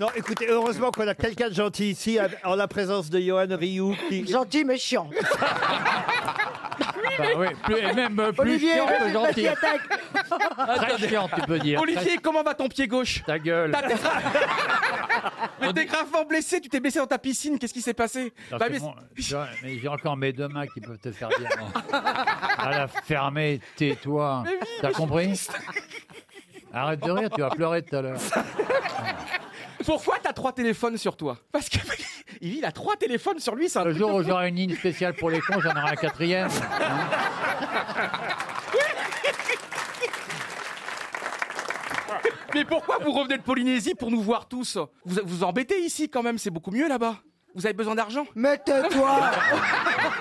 Non, écoutez, heureusement qu'on a quelqu'un de gentil ici, à- en la présence de Johan Rioux. Qui... Gentil mais chiant. Bah même euh, Olivier, vas-y, vas-y, attaque. Très chiant, tu peux dire. Olivier, comment va ton pied gauche Ta gueule. T'as- t'es grave- Mais t'es gravement blessé, tu t'es blessé dans ta piscine, qu'est-ce qui s'est passé Non, Bah, c'est mais- bon, tu vois, mais j'ai encore mes deux mains qui peuvent te faire bien. À la fermer, tais-toi. T'as compris Arrête de rire, tu vas pleurer tout à l'heure. Pourquoi t'as trois téléphones sur toi Parce que il il a trois téléphones sur lui, c'est un Le truc jour de où fou. j'aurai une ligne spéciale pour les cons, j'en aurai un quatrième. Mais pourquoi vous revenez de Polynésie pour nous voir tous Vous vous embêtez ici quand même, c'est beaucoup mieux là-bas. Vous avez besoin d'argent Mais tais-toi.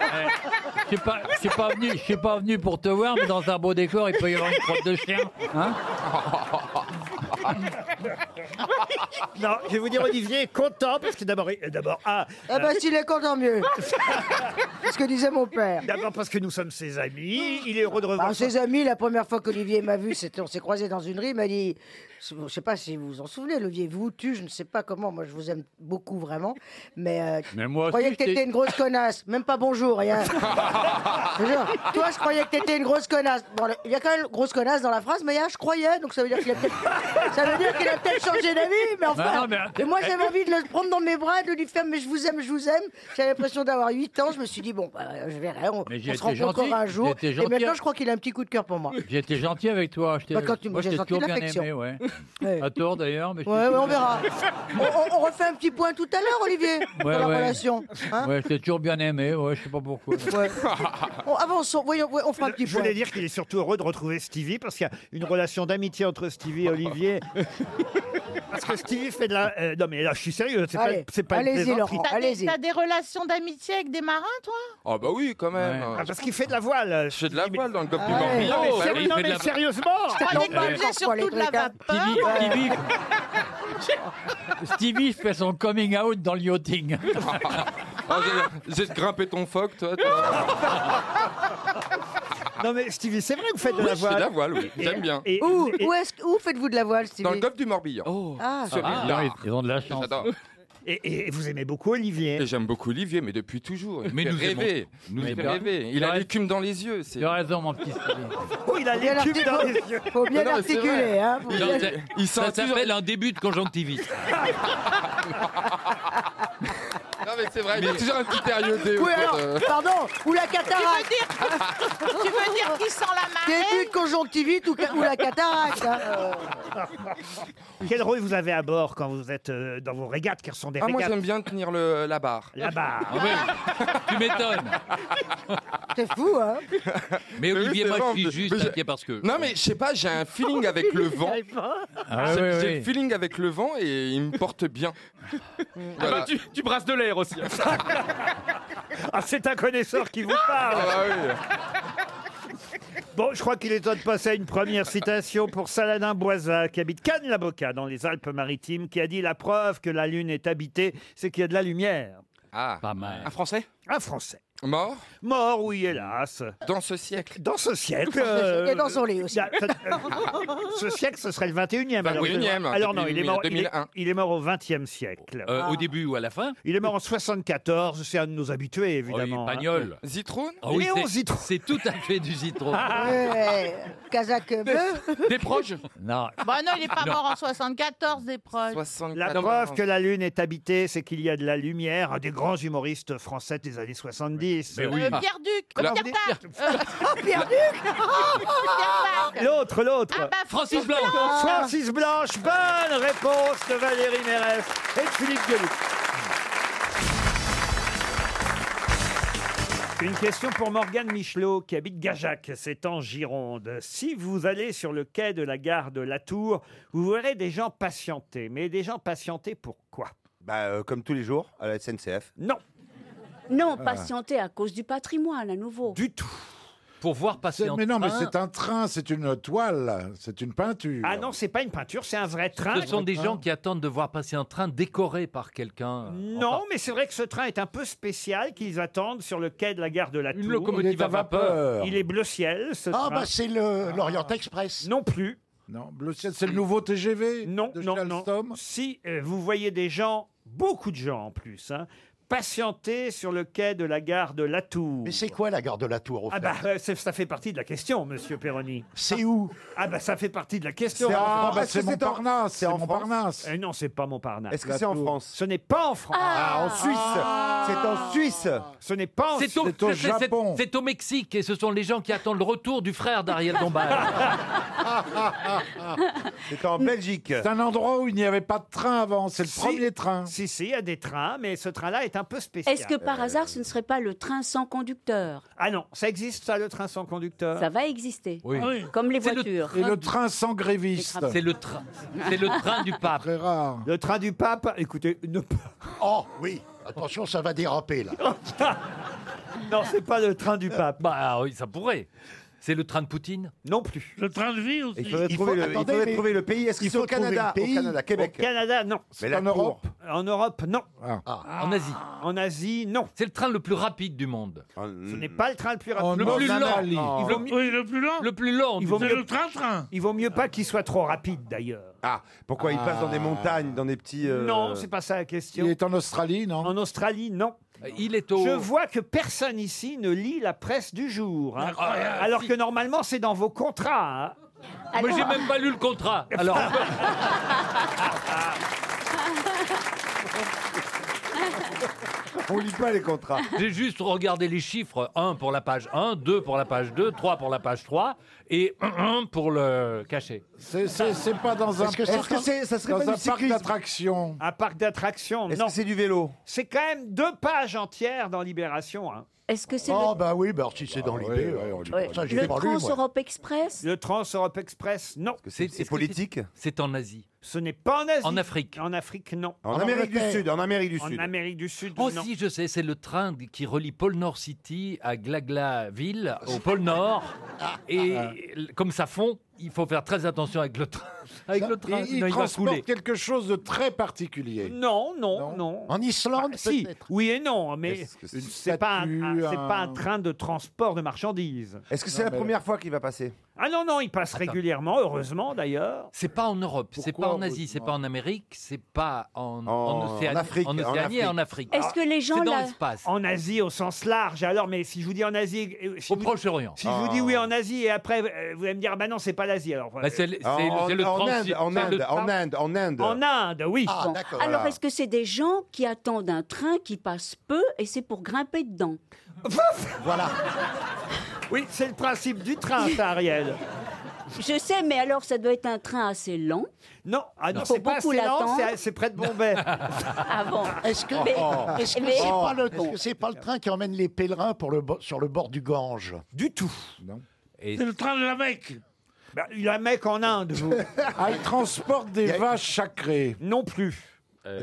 Eh, Je suis pas, je suis pas venu, je suis pas venu pour te voir, mais dans un beau décor, il peut y avoir une crotte de chien, hein Non, je vais vous dire, Olivier est content, parce que d'abord, il- d'abord, ah, Eh ben s'il est content mieux. C'est ce que disait mon père. d'abord parce que nous sommes ses amis, il est heureux de revoir Alors, ses amis, la première fois qu'Olivier m'a vu, c'était on s'est croisés dans une rue, il m'a dit, je ne sais pas si vous vous en souvenez, Olivier, vous tu, je ne sais pas comment, moi je vous aime beaucoup vraiment, mais, euh, Mais moi je croyais aussi, que t'étais j'étais- une grosse connasse, même pas bonjour, rien. Je te jure. toi je croyais que t'étais une grosse connasse. Bon, le- il y a quand même grosse connasse dans la phrase, mais il y a je croyais, donc ça veut dire qu'il a peut-être, ça veut dire qu'il a peut-être changé d'avis, mais enfin. Non, non, mais- euh, eh, et moi j'avais envie de le prendre dans mes bras, de lui faire, mais je vous aime, je vous aime. J'avais l'impression d'avoir 8 ans, je me suis dit bon, bah, je verrai, on, Mais j'ai on se été rencontrera un gentil, j'ai jour. été Et gentil. maintenant je crois qu'il a un petit coup de cœur pour moi. J'ai été gentil avec toi. je t'ai- Bah, quand tu- moi, j'ai je t'ai senti toujours de bien l'affection. aimé, ouais. Ouais. À tort d'ailleurs, mais je t'ai Ouais, ouais, on toujours- verra. On, on- on refait un petit point tout à l'heure, Olivier, sur Ouais, la ouais. relation. hein Ouais, je t'ai toujours bien aimé, ouais, je sais pas pourquoi. Ouais. On- avançons, voyons, ouais, on fera un petit Je point. voulais dire qu'il est surtout heureux de retrouver Stevie parce qu'il y a une relation d'amitié entre Stevie et Olivier. parce que Stevie fait de la. euh, non, mais là, je suis sérieux, c'est pas, Allez, c'est pas une allez-y, plaisanterie. Laurent. T'as Allez-y. des, t'as des relations d'amitié avec des marins, toi Ah bah oui, quand même. Ouais. Ah, parce qu'il fait de la voile. Je fais de la Stevie, voile dans le golfe du Ah ouais. Morbihan. mais- bah sérieux- oui. non, fait de mais la- sérieusement Ah, Non, des fois, mais- j'ai Quoi, les surtout de la trucs, hein vapeur. Stevie, Stevie- Stevie fait son coming out dans le yachting. Ah, j'ai- J'ai grimpé ton phoque, toi. toi. Non, mais Stevie, c'est vrai que vous faites de Oui, la je fais de la voile. voile, oui. J'aime bien. Et- Où, et- où, est-ce- où faites-vous de la voile, Stevie Dans le golfe du Morbihan. Oh Ah, Sur Ah, une ils, barre. ils ont de la chance. J'adore. et- et vous aimez beaucoup Olivier. Et j'aime beaucoup Olivier, mais depuis toujours. Il Mais fait nous aimons- rêver. nous Il fait aimons- rêver. Il a Ouais. l'écume dans les yeux. c'est- Tu as raison, mon petit Stevie. Oh, il a bien les cubes dans les l'articuler. yeux. faut bien Non, non, mais c'est l'articuler. vrai. Ah, Hein, faut bien- Il Ça sent toujours... s'appelle un début de conjonctivite. Non, mais c'est vrai, il y a toujours un petit périodé. Oui, alors, euh. pardon, ou la Tu veux cataracte. dire, Ah, tu veux dire qu'il sent la Début marée de conjonctivite ou, ca- ou la cataracte. hein, euh. Quel rôle vous avez à bord quand vous êtes euh, dans vos régates, qui sont des Ah, moi, régates j'aime bien tenir le- euh, la barre. là-bas Ah ouais, tu m'étonnes. C'est fou, hein Mais oui, Olivier, c'est moi, vrai, je suis mais- juste mais j'ai- inquiet parce que. Non, mais je sais pas, j'ai un feeling avec le vent. Ah, J'ai oui, j'ai oui. le feeling avec le vent et il me porte bien. Ah Voilà. bah, tu, tu brasses de l'air aussi. Ah, c'est un connaisseur qui vous parle Ah, oui. Bon, je crois qu'il est temps de passer à une première citation pour Saladin Boisat, qui habite Cannes-la-Boca, dans les Alpes-Maritimes, qui a dit La preuve que la Lune est habitée, c'est qu'il y a de la lumière. Ah, Pas mal. Un français Un Français. mort Mort, oui, hélas. dans ce siècle. Dans ce siècle. Il est dans son lit aussi. il y a- ça- ce siècle, ce serait le 21e. alors, 21e, alors non, depuis il est, mort, il, est, 2001. il est mort au 20e siècle. Euh, Au début ou à la fin Il est mort en 74, c'est un de nos habitués, Oh, oui, évidemment. hein. Pagnol. Zitrone Ah oui, Léon c'est- Zitron. C'est tout à fait du citron. Ouais, Kazakh bleu. Des proches Non, Bon, Bah non, il est pas mort en 74, des proches. 64 La preuve que la Lune est habitée, c'est qu'il y a de la lumière. Un des grands humoristes français des années 70. Mais oui. Euh, Pierre Duc, La- Pierre Dac, Oh, Pierre Duc Pierre Dac. L'autre, l'autre. Ah bah, Francis Blanc. Francis Blanche, bonne réponse de Valérie Mérès et de Philippe Gueluc. Une question pour Morgane Michelot qui habite Gajac, c'est en Gironde. Si vous allez sur le quai de la gare de la Tour, vous verrez des gens patienter. Mais des gens patienter pourquoi Bah, euh, comme tous les jours, à la SNCF. Non, Non, patienter à cause du patrimoine, à nouveau. du tout. Pour voir passer en Mais non, mais train, c'est un train, c'est une toile, c'est une peinture. Ah non, c'est pas une peinture, c'est un vrai train. Ce sont des gens qui attendent de voir passer un train décoré par quelqu'un. euh, en Non, mais c'est vrai que ce train est un peu spécial qu'ils attendent sur le quai de la gare de la Une Tour. locomotive. Il est à Locomotive à vapeur. Ah, Ah, vapeur. bah, bah, Il est bleu ciel, ce train. c'est l'Orient Express. Ah. Non plus. Non, bleu ciel, c'est le nouveau TGV Non, non, non. Si euh, vous voyez des gens, beaucoup de gens en plus, hein, patienter sur le quai de la gare de la Tour. Mais c'est quoi la gare de la Tour au Ah bah euh, c'est- ça fait partie de la question, Monsieur Perroni. C'est où Ah bah ça fait partie de la question. C'est en Ah, France. bah, c'est Est-ce que c'est en- Montparnasse, c'est Montparnasse. Eh non, c'est pas Montparnasse. Est-ce que La c'est en Tour. France Ce n'est pas en France. Ah, en Suisse. Ah. C'est en Suisse. Ce n'est pas en Suisse. c'est- c'est- C'est au Mexique et ce sont les gens qui attendent le retour du frère d'Ariel Dombal. C'est en Belgique. C'est un endroit où il n'y avait pas de train avant. C'est le premier train. Euh. Si, si, il y a des trains, mais ce train-là est un peu spécial. Est-ce que par hasard, ce ne serait pas le train sans conducteur Ah non, ça existe ça, le train sans conducteur Ça va exister. Ah. Oui. Ah oui. Comme les voitures. Et le train sans gréviste. C'est le train- c'est le train du pape. Très rare. Ah. Le train du pape, écoutez, ne... Oh oui, attention, ça va déraper là. non, c'est pas le train du pape. Bah oui, ça pourrait. C'est le train de Poutine Non plus. Le train de vie aussi. Il faudrait trouver, le, il attendez, faudrait mais- trouver le pays. Est-ce que il c'est au faut trouver Canada le pays. Au Canada, Québec. Au Canada, non. Mais la Tour. En Europe, non. Ah. En Asie En Asie, non. C'est le train le plus rapide du monde. Ce Hmm. n'est pas le train le plus Oh, rapide. Le plus lent. Il vaut mieux- Oui, le plus lent. Le plus lent. Il vaut C'est mieux- le train-train. Il vaut mieux pas qu'il soit trop rapide d'ailleurs. Ah, pourquoi il passe dans des Ah. montagnes, dans des petits. euh, Non, c'est pas ça la question. Il est en Australie, non En Australie, non. Euh, Il est au. Je vois que personne ici ne lit la presse du jour. hein. Incroyable. Ah, Alors que normalement, c'est dans vos contrats. hein. Moi, j'ai même pas lu le contrat. Alors. On lit pas les contrats. J'ai juste regardé les chiffres 1 pour la page 1, 2 pour la page 2, 3 pour la page 3 et 1 pour le cachet. C'est- C'est c'est pas dans un. Est-ce que ça parc- ressemble- Est-ce que c'est- ça serait dans pas un du parc cyclisme d'attractions Un parc d'attractions. Est-ce que c'est du vélo C'est quand même deux pages entières dans Libération. hein. Est-ce que c'est Ah le, bah oui, bah alors, si c'est Ah, dans l'idée, ouais, euh, Ouais. ça j'ai le pas lu, moi. Trans-Europe Express Le Trans-Europe Express, non. C'est politique C'est en Asie. Ce n'est pas en Asie. En Afrique. En Afrique, non. En, Amérique du Sud, en Amérique du En Sud. Amérique du Sud, Oh non. si, je sais, c'est le train qui relie Pôle Nord City à Glaglaville, au pôle Nord. Et comme ça fond, il faut faire très attention avec le train. Avec le train, Il- sinon il il va couler. transporte quelque chose de très particulier. Non, non, non, En Islande, Ah, si, peut-être. oui et non, mais Est-ce que c'est une c'est pas, un, un- statue, c'est pas un- un train de transport de marchandises. Est-ce que c'est la première fois qu'il va passer Ah non, non, il passe régulièrement, heureusement d'ailleurs. C'est pas en Europe, c'est Pourquoi pas en Asie, c'est pas en Amérique, c'est pas en, en, En- Océanie, en Afrique, en Océanie et en Afrique. Afrique. Est-ce que les gens C'est dans là- l'espace. En Asie au sens large, alors, mais si je vous dis en Asie... euh, Si Au vous- Proche-Orient. Si je vous dis Ah. oui en Asie et après euh, vous allez me dire bah non c'est pas l'Asie alors. Bah, c'est le- En, c'est en- le- c'est le en transi- Inde, en c'est le Inde, en train- Inde, en Inde. en Inde oui. Ah Bon. d'accord. Alors, voilà. est-ce que c'est des gens qui attendent un train qui passe peu et c'est pour grimper dedans Voilà. Oui c'est le principe du train ça Ariel. Je sais, mais alors ça doit être un train assez lent. Non ah non, Il faut c'est pas beaucoup assez lent, l'attendre. c'est- c'est près de Bombay. Avant. Est-ce que Oh. Mais- est-ce que mais- c'est pas le est-ce que c'est pas le train qui emmène les pèlerins pour le bo- sur le bord du Gange du tout. Et C'est le train de la Mecque. Bah, il y a un mec en Inde vous. Ah, il transporte des vaches sacrées. non plus.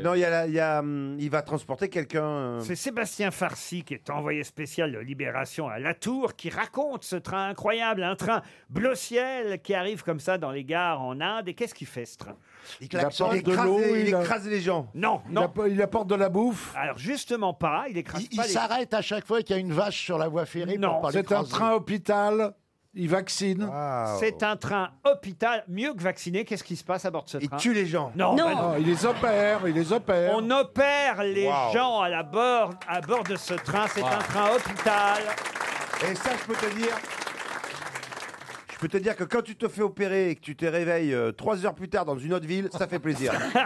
Non, il y a, la- il y a, hum, il va transporter quelqu'un. euh, C'est Sébastien Farcy, qui est envoyé spécial de Libération à La Tour, qui raconte ce train incroyable, un train bleu ciel qui arrive comme ça dans les gares en Inde. Et qu'est-ce qu'il fait ce train Il, apporte de l'eau, écrase, les- il il a- écrase les gens. Non, Il, non. appo- il apporte de la bouffe. Alors justement pas, il écrase Il, il pas les... s'arrête à chaque fois qu'il y a une vache sur la voie ferrée Non, pour pas C'est un l'écraser. train hôpital. Il vaccine. C'est un train hôpital, mieux que vacciné. Qu'est-ce qui se passe à bord de ce Il train tue les gens. non, Non. bah non. Ah, il les opère, il les opère. On opère les Wow. gens à, la bord, à bord de ce train. C'est un train hôpital. Et ça, je peux te dire. Je peux te dire que quand tu te fais opérer et que tu te réveilles euh, trois heures plus tard dans une autre ville, ça fait plaisir. Mais-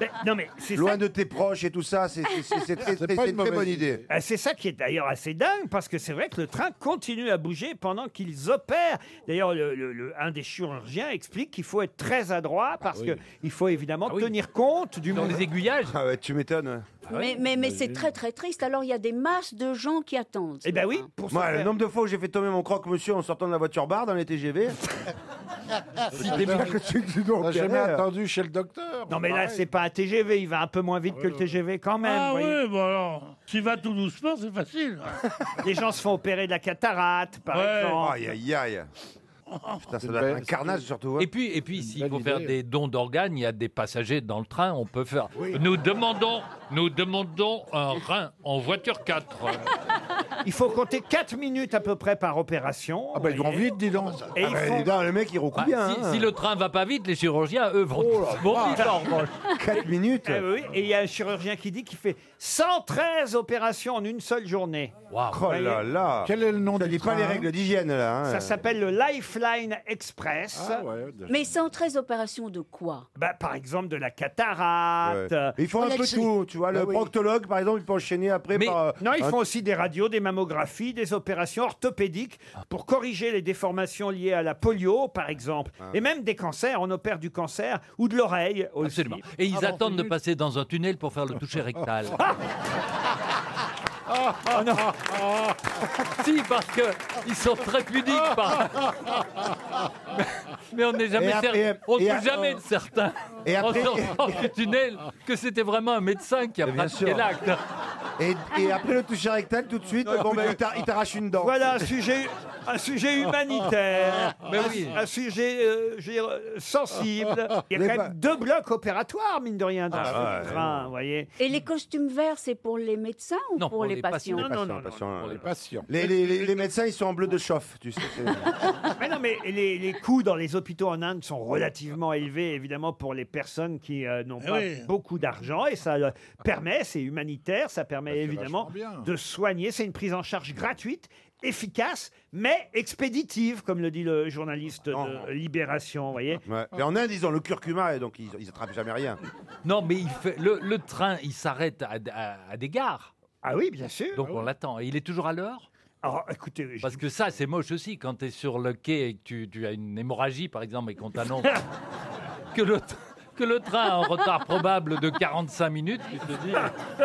Ben, non mais c'est ça Loin de tes proches et tout ça, c'est c'est- c'est- c'est Ah, très- C'est c'est pas une, une très mauvaise bonne idée. Euh, C'est ça qui est d'ailleurs assez dingue, parce que c'est vrai que le train continue à bouger pendant qu'ils opèrent. D'ailleurs, le, le- le- un des chirurgiens explique qu'il faut être très Ah adroit, parce que qu'il faut évidemment Ah oui. tenir compte du dans mouvement. les aiguillages. Ah ouais, tu m'étonnes. ouais. mais mais, mais c'est très très triste. Alors il y a des masses de gens qui attendent. Eh ben oui, pour ce Moi, le faire- nombre de fois où j'ai fait tomber mon croque-monsieur en sortant de la voiture barre dans les TGV. euh, T'as jamais attendu chez le docteur Non mais là, pareil. c'est pas un TGV, il va un peu moins Ah vite que le TGV quand même. ah voyez. oui, bon alors. S'il va tout doucement, c'est facile. Les gens se font opérer de la cataracte, par Ouais. exemple. Aïe, aïe, aïe. Putain, ça doit être un carnage surtout. hein. Et puis, et puis s'il belle faut faire idée. des dons d'organes, il y a des passagers dans le train, on peut faire. Nous demandons, nous demandons un rein en voiture 4. Il faut compter 4 minutes à peu près par opération. Ah, bah, ils vont vite, dis donc. Et Ah ils bah, font- dis donc, le mec, il Bah, roucoule bien. hein. si, si le train va pas vite, les chirurgiens, eux, vont Oh là vont là. vite, en revanche. 4 minutes Ah Eh Et il y a un chirurgien qui dit qu'il fait 113 opérations en une seule journée. Oh là là Quel est le nom Ça dit pas train les règles d'hygiène, là. hein. Ça s'appelle le Lifeline Express. Ah Mais 113 opérations de quoi Bah, par exemple, de la cataracte. Ouais. Mais Ils font un peu tout, tu vois. le proctologue, par exemple, il peut enchaîner après Ah Mais- par... euh, non, ils un- font aussi des radios, des mammographies, des opérations orthopédiques pour corriger les déformations liées à la polio, par exemple. Ah. Et même des cancers. On opère du cancer ou de l'oreille aussi. Ah Absolument. Et ils attendent de passer dans un tunnel pour faire le toucher rectal. Oh non Si, parce que ils sont très pudiques. par- Mais on n'est jamais Et ap- cer- et ap- on ne et peut ap- jamais de certains et en après- sortant du tunnel que c'était vraiment un médecin qui a pratiqué sûr. l'acte. Et, et après le toucher rectal, tout de suite, Non, bon, ben, écoute- il t'a- il t'arrache une dent. Voilà un sujet, un sujet humanitaire, Mais un- oui. un, sujet euh, je veux dire, euh, sensible. Il y a Mais quand pas- même deux blocs opératoires, mine de rien, dans Ah, ce ouais, train, vous voyez. Et les costumes verts, c'est pour les médecins ou pour, les, patients, les euh, Les, les- les médecins, ils sont en bleu de chauffe, tu sais. c'est- Mais non, mais les, les coûts dans les hôpitaux en Inde sont relativement élevés, évidemment, pour les personnes qui euh, n'ont Eh pas oui. beaucoup d'argent. Et ça euh, permet, c'est humanitaire, ça permet évidemment Ah, vachement bien. de soigner. C'est une prise en charge gratuite, efficace, mais expéditive, comme le dit le Ah, journaliste de Libération, vous voyez. Ouais. Mais en Inde, ils ont le curcuma, et donc ils, ils attrapent jamais rien. Non, mais il fait- le, le train, il s'arrête à, à- à des gares. Ah oui, bien sûr. Donc on l'attend. Et il est toujours à l'heure Alors, écoutez, Parce que ça, c'est moche aussi quand tu es sur le quai et que tu, tu as une hémorragie, par exemple, et qu'on t'annonce que, le tr- que le train a un retard probable de 45 minutes, tu te dis.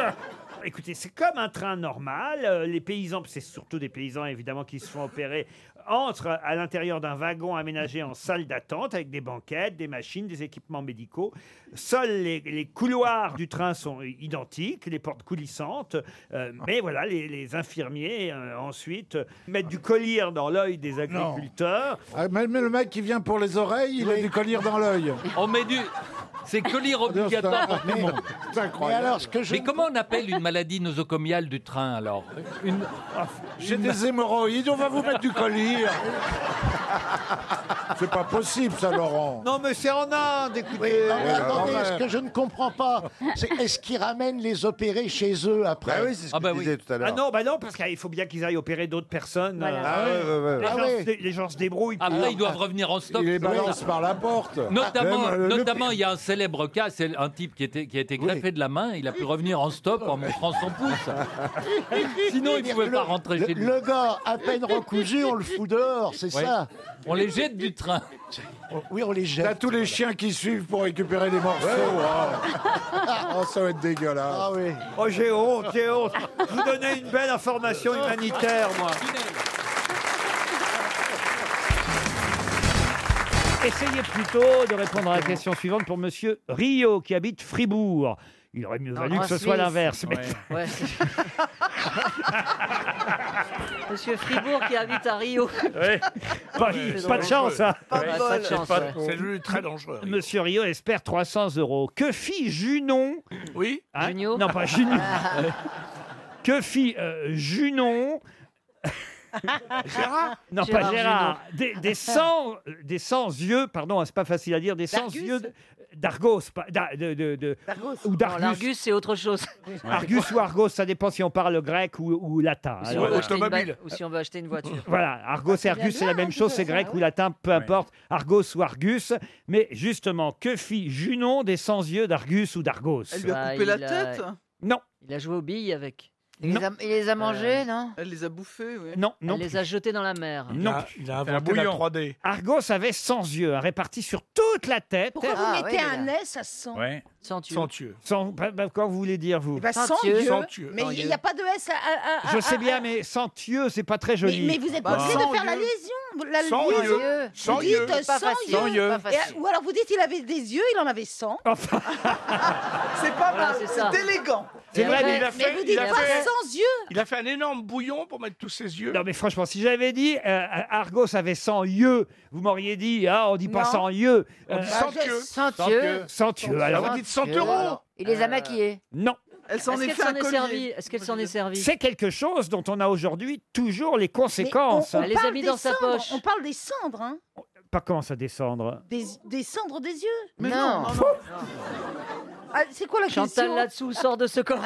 Écoutez, c'est comme un train normal. Euh, Les paysans, c'est surtout des paysans évidemment qui se font opérer, entrent à l'intérieur d'un wagon aménagé en salle d'attente avec des banquettes, des machines, des équipements médicaux. Seuls les, les couloirs du train sont identiques, les portes coulissantes. Euh, mais voilà, les, les infirmiers euh, ensuite euh, mettent du collier dans l'œil des agriculteurs. Ah, Même le mec qui vient pour les oreilles, il a du collier dans l'œil. Ah, On met du. C'est collier obligatoire pour tout le monde. C'est incroyable. Mais alors, ce que je- Mais comment on appelle une maladie nosocomiale du train alors Une- Ah, J'ai une- des hémorroïdes, on va vous mettre du collier. C'est pas possible, ça, Laurent. Non, mais c'est en Inde, écoutez. Oui, non, mais Ouais, attendez, Ah, ouais. ce que je ne comprends pas, c'est est-ce qu'ils ramènent les opérés chez eux après Bah oui, c'est ce que Ah bah je oui. disais tout à Ah non, bah non, parce qu'il faut bien qu'ils aillent opérer d'autres personnes. Voilà. Euh, Ah ouais, ouais, ouais. Les, Ah gens, ouais. se dé- les gens se débrouillent. Après, Ah, ils doivent revenir en stock. Il les c'est pour balance ça. par la porte. Notamment, Même le- notamment, il y a un célèbre cas, c'est un type qui, était, qui a été greffé de la main, il a pu revenir en stop en montrant son pouce. Sinon, il ne pouvait pas rentrer le, chez lui. le gars, à peine recousu, on le fout dehors, c'est Ouais. ça On les jette du train. Oui, on les jette. T'as tous les chiens qui suivent pour récupérer les morceaux. Oh. Oh, ça va être dégueulasse. Ah oui. hein. Oh, j'ai honte, j'ai honte. Je vous donnais une belle information humanitaire, moi. Essayez plutôt de répondre à la question suivante pour Monsieur Rio, qui habite Fribourg. Il aurait mieux valu en que ce Suisse. soit l'inverse. Mais... Ouais. Monsieur Fribourg qui habite à Rio. Pas, Ouais. pas de chance, hein. Pas de Ouais, bol. pas de chance, ouais. C'est lui très dangereux. Monsieur Rio espère 300 euros. Que fit Junon Oui Hein Non, pas Junon. que fit euh, Junon Gérard Non, pas Gérard. Des, des, sans, des sans yeux, pardon, hein, c'est pas facile à dire, des sans D'Argus yeux de- d'Argos. pas- d'A- de- de- de- Ou Non, d'Argus. L'Argus, c'est autre chose. Argus ou Argos, ça dépend si on parle grec ou, ou latin. Ou hein. si, on veut acheter une ba- ou si on veut acheter une voiture. Voilà, Ah, Argos et C'est bien Argus, c'est la bien, même hein, chose, tout c'est ça, grec ouais. ou latin, peu importe, Argos ou Argus. Mais justement, que fit Junon des sans-yeux d'Argus ou d'Argos Ah. Elle lui a coupé la tête Non. Il a joué aux billes avec. Il les, a, il les a mangés, Euh, non Elle les a bouffés, oui. Non, non. Elle les a jetés dans la mer. Non. Ah. inventé la bouillon. 3D. Argos avait 100 yeux, hein, répartis sur toute la tête. Ah, Pourquoi Ah. vous mettez un voilà. nez, ça se sent Centueux. Sans- bah, bah, quand vous voulez dire, vous Eh ben, sans Centieux. yeux. Centieux. Mais il n'y a pas de S à. à- à- Je à- sais bien, mais sans yeux, c'est pas très Mais, joli. Bah, mais vous Bah, êtes obligé de faire la lésion. La Sans liaison. yeux. Sans Vous dites yeux. euh, Pas sans facile. yeux. Sans yeux. Pas Et, euh, facile. ou alors vous dites il avait des yeux, il en avait 100. C'est pas Voilà, mal, c'est ça. c'est élégant. C'est vrai, mais il a fait- vous il dites a pas fait- sans yeux. Il a fait un énorme bouillon pour mettre tous ses yeux. Non, mais franchement, si j'avais dit euh, Argos avait 100 yeux, vous m'auriez dit, ah, on dit pas Non. 100 yeux. On dit Euh, sans yeux. Sans yeux. Sans yeux, alors. Vous dites 100 euros Il les a maquillés. Non. Elle s'en Est-ce est, qu'elle fait s'en un est collier. servie Est-ce qu'elle s'en est servie C'est quelque chose dont on a aujourd'hui toujours les conséquences. Mais on- on parle des cendres, On parle des cendres, hein. Pas comment ça descendre. Des, des cendres des yeux. Mais Non. non, non, Ah, c'est quoi la question Chantal là-dessous sort de ce corps.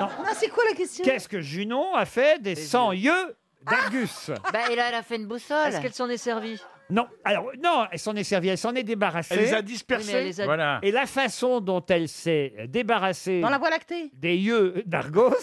Non, c'est quoi la question Qu'est-ce que Junon a fait des 100 yeux d'Argus Bah, et là, elle a fait une boussole. Est-ce qu'elle s'en est servie Non, alors non, elle s'en est servie, elle s'en est débarrassée. Elle les a dispersés. Oui, mais elle les a- Voilà. Et la façon dont elle s'est débarrassée Dans la Voie lactée. des yeux d'Argos.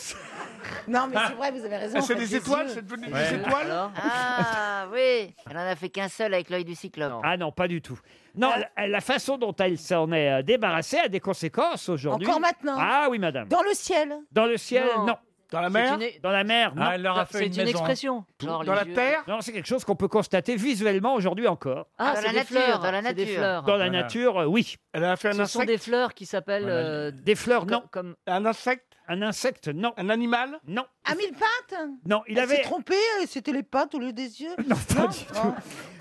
Non, mais Eh, c'est vrai, vous avez raison. Ah, c'est en fait, des les étoiles, yeux. c'est devenu Ouais. des étoiles Ah oui, elle en a fait qu'un seul avec l'œil du cyclope. Ah non, pas du tout. Non, la, la façon dont elle s'en est euh, débarrassée a des conséquences aujourd'hui. Encore maintenant. Ah oui, madame. Dans le ciel. Dans le ciel, non. Dans la mer une- Dans la mer, non. Ah, elle leur a fait C'est une hein. une maison. expression. Genre Dans les la yeux. terre Non, c'est quelque chose qu'on peut constater visuellement aujourd'hui encore. Ah, Dans c'est la des nature, fleurs. dans la c'est des nature. Ah, fleurs. Dans la nature, euh, oui. Elle a fait Ce sont des fleurs qui s'appellent. euh, Des fleurs, non. Comme... Un insecte Un insecte, non. Un animal Non. À mille pattes Non, il Elle avait- s'est trompée, euh, c'était les pattes au lieu des yeux. Non, pas du tout.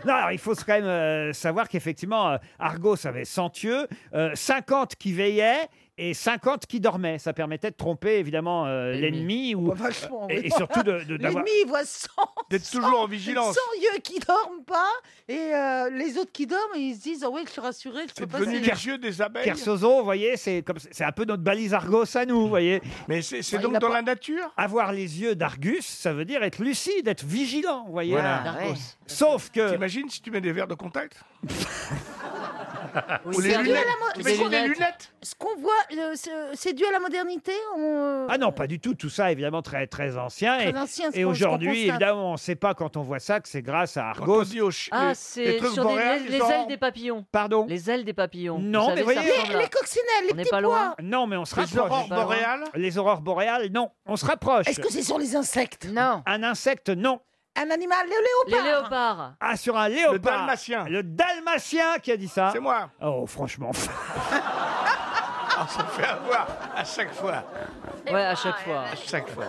Non, alors il faut quand même euh, savoir qu'effectivement, euh, Argos avait 100 yeux, euh, 50 qui veillaient et 50 qui dormaient. Ça permettait de tromper évidemment euh, l'ennemi ou Oh, bah, euh, Vachement, oui. et, et surtout de, de- d'avoir- L'ennemi, il voit 100. D'être 100, toujours en vigilance. 100 yeux qui dorment pas. Et euh, les autres qui dorment, ils se disent Ah oui, je suis rassuré, je peux pas devenu les yeux des abeilles. Kersozo, vous voyez, c'est comme c'est un peu notre balise Argos à nous, vous voyez. Mais c'est c'est donc dans la nature Avoir les yeux d'Argus, ça veut dire être lucide, être vigilant, vous voyez. Voilà. Argos. Ah ouais. Sauf que T'imagines si tu mets des verres de contact Ou C'est les dû à lunettes la mo- Tu c'est mets quoi, dû à- des lunettes Ce qu'on voit, euh, c'est c'est dû à la modernité on- Ah non, pas du tout. Tout ça, évidemment, très, très ancien. Très et ancien, ce et qu'on- ce qu'on aujourd'hui, constate. évidemment, on ne sait pas quand on voit ça que c'est grâce à Quand on Argos. dit au ch- Ah, les- les c'est trucs sur des- boréales, les, ils les sont- ailes des papillons. Pardon Les ailes des papillons. Non, Vous mais savez, voyez- ça Les- ressemble à- Les coccinelles, les On n'est petits pas pois loin. Non, mais on se Les rapproche. aurores Pas loin. boréales Les aurores boréales, non. On se rapproche. Est-ce que c'est sur les insectes Non. Un insecte, non. Un animal, le léopard Les léopards. Ah, sur un léopard. Le dalmatien. Le dalmatien qui a dit ça. C'est moi. Oh, franchement. Ah, ça fait avoir à chaque fois. Ouais, à chaque fois. À chaque fois.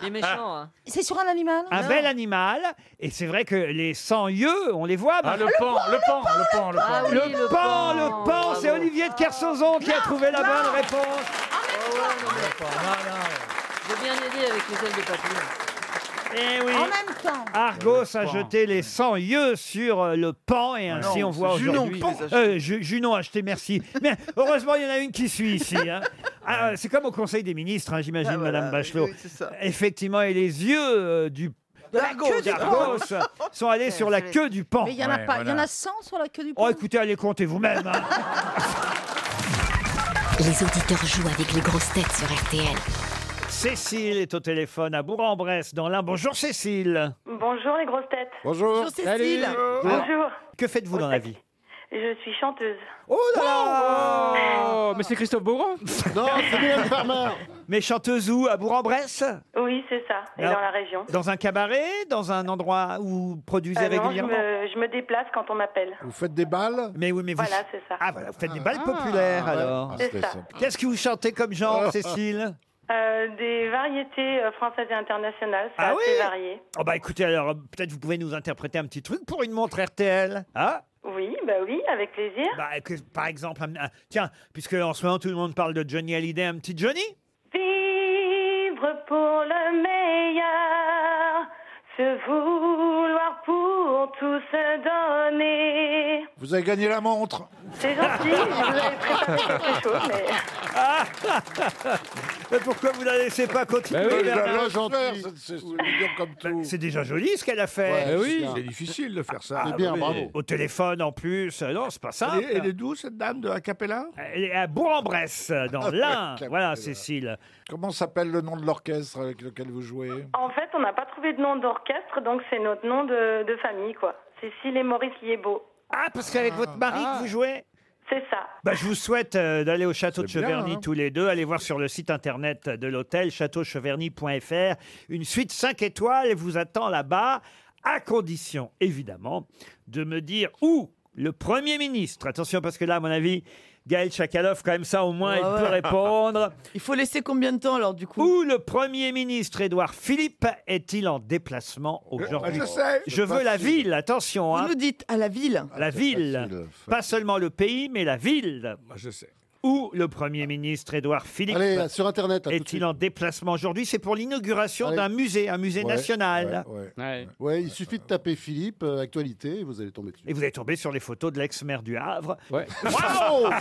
Il est méchant. hein. Ah. C'est sur un animal Ah. Un Non. bel animal. Et c'est vrai que les 100 yeux, on les voit. Ah, le mais- pan, le pan, le pan, le pan. Le pan, le pan, c'est Olivier de Kersauzon qui a trouvé la bonne réponse. Oh, hein. J'ai bien aidé avec les ailes des papillons. Eh oui. En même temps. Argos a jeté les 100 yeux sur euh, le pan et ainsi Ah Non, on voit c'est Junon aujourd'hui. qui les a achetés. Euh, Ju- Junon a acheté, merci. Mais heureusement, il y en a une qui suit ici. hein. Ah, c'est comme au Conseil des ministres, hein, Ah, j'imagine, Madame Bachelot. oui, c'est ça. Effectivement, et les yeux euh, du la queue du pan. d'Argos sont allés sur la queue du pan. Mais il y en a pas. Il y en a 100 sur la queue du Oh, pois. écoutez, allez compter vous-même. hein. Les auditeurs jouent avec les grosses têtes sur RTL. Cécile est au téléphone à Bourg-en-Bresse, dans l'Ain. Bonjour, Cécile. Bonjour les grosses têtes. Bonjour. Bonjour, Cécile. Salut. Bonjour. Que faites-vous dans la vie Je suis chanteuse. Oh là là Oh, Mais c'est Christophe Beaugrand Non, c'est Mylène Farmer. Mais chanteuse où À Bourg-en-Bresse Oh. Oui, c'est ça. Et Alors, dans la région. Dans un cabaret Dans un endroit où vous produisez Ah non, régulièrement je, me, je me déplace quand on m'appelle. Vous fêtes des balles Mais oui, mais vous... Voilà, c'est ça. Ah voilà, vous faites des balles populaires Ah, ouais. alors. C'est ça. Qu'est-ce que vous chantez comme genre, Cécile Euh, des variétés euh, françaises et internationales. C'est Ah assez oui varié. Oh bah écoutez, alors peut-être vous pouvez nous interpréter un petit truc pour une montre RTL. Ah Oui, bah oui, avec plaisir. Bah, que- par exemple, un- un- tiens, puisque en ce moment tout le monde parle de Johnny Hallyday, un petit Johnny Vivre pour le meilleur, se vouloir pour tout se donner. Vous avez gagné la montre. C'est gentil, je vous avais préparé quelque chose, mais... Ah, ah, ah. Mais pourquoi vous la laissez pas continuer oui, Bernard la- la gentille. C'est- c'est- c'est dur comme tout. C'est déjà joli ce qu'elle a fait. Ouais, Eh oui, c'est bien. C'est difficile de faire ça. Ah, C'est bien, oui. bravo. Au téléphone en plus, Euh, non, c'est pas ça. Elle est- elle est d'où cette dame de Acapella Elle est à Bourg-en-Bresse, dans Ah, l'Ain. ouais, Voilà, Cécile. Comment s'appelle le nom de l'orchestre avec lequel vous jouez En fait, on n'a pas trouvé de nom d'orchestre, donc c'est notre nom de, de famille, quoi. Cécile et Maurice Liébeau. Ah, parce qu'avec votre mari que vous jouez C'est ça. Bah, je vous souhaite euh, d'aller au château de C'est bien, Cheverny hein. tous les deux. Allez voir sur le site internet de l'hôtel châteaucheverny.fr. Une suite 5 étoiles vous attend là-bas, à condition, évidemment, de me dire où le Premier ministre. Attention, parce que là, à mon avis, Gaël Chakalov, quand même, ça au moins, Ouais, il ouais. peut répondre. Il faut laisser combien de temps alors du coup Où le Premier ministre Édouard Philippe est-il en déplacement Euh, aujourd'hui Ah, bah, je sais. Je veux la Facile. ville, attention. hein. Ah, Vous nous dites à la ville. La ville. Pas seulement le pays, mais la ville. Je sais. Où le Premier ministre Édouard Philippe Ah, Allez, sur Internet, là, tout de est-il en déplacement aujourd'hui C'est pour l'inauguration d'un musée, un musée Ouais, national. ouais, ouais. Ouais, il suffit de taper Philippe, euh, actualité, et vous allez tomber dessus. Et vous allez tomber sur les photos de l'ex-maire du Havre. Waouh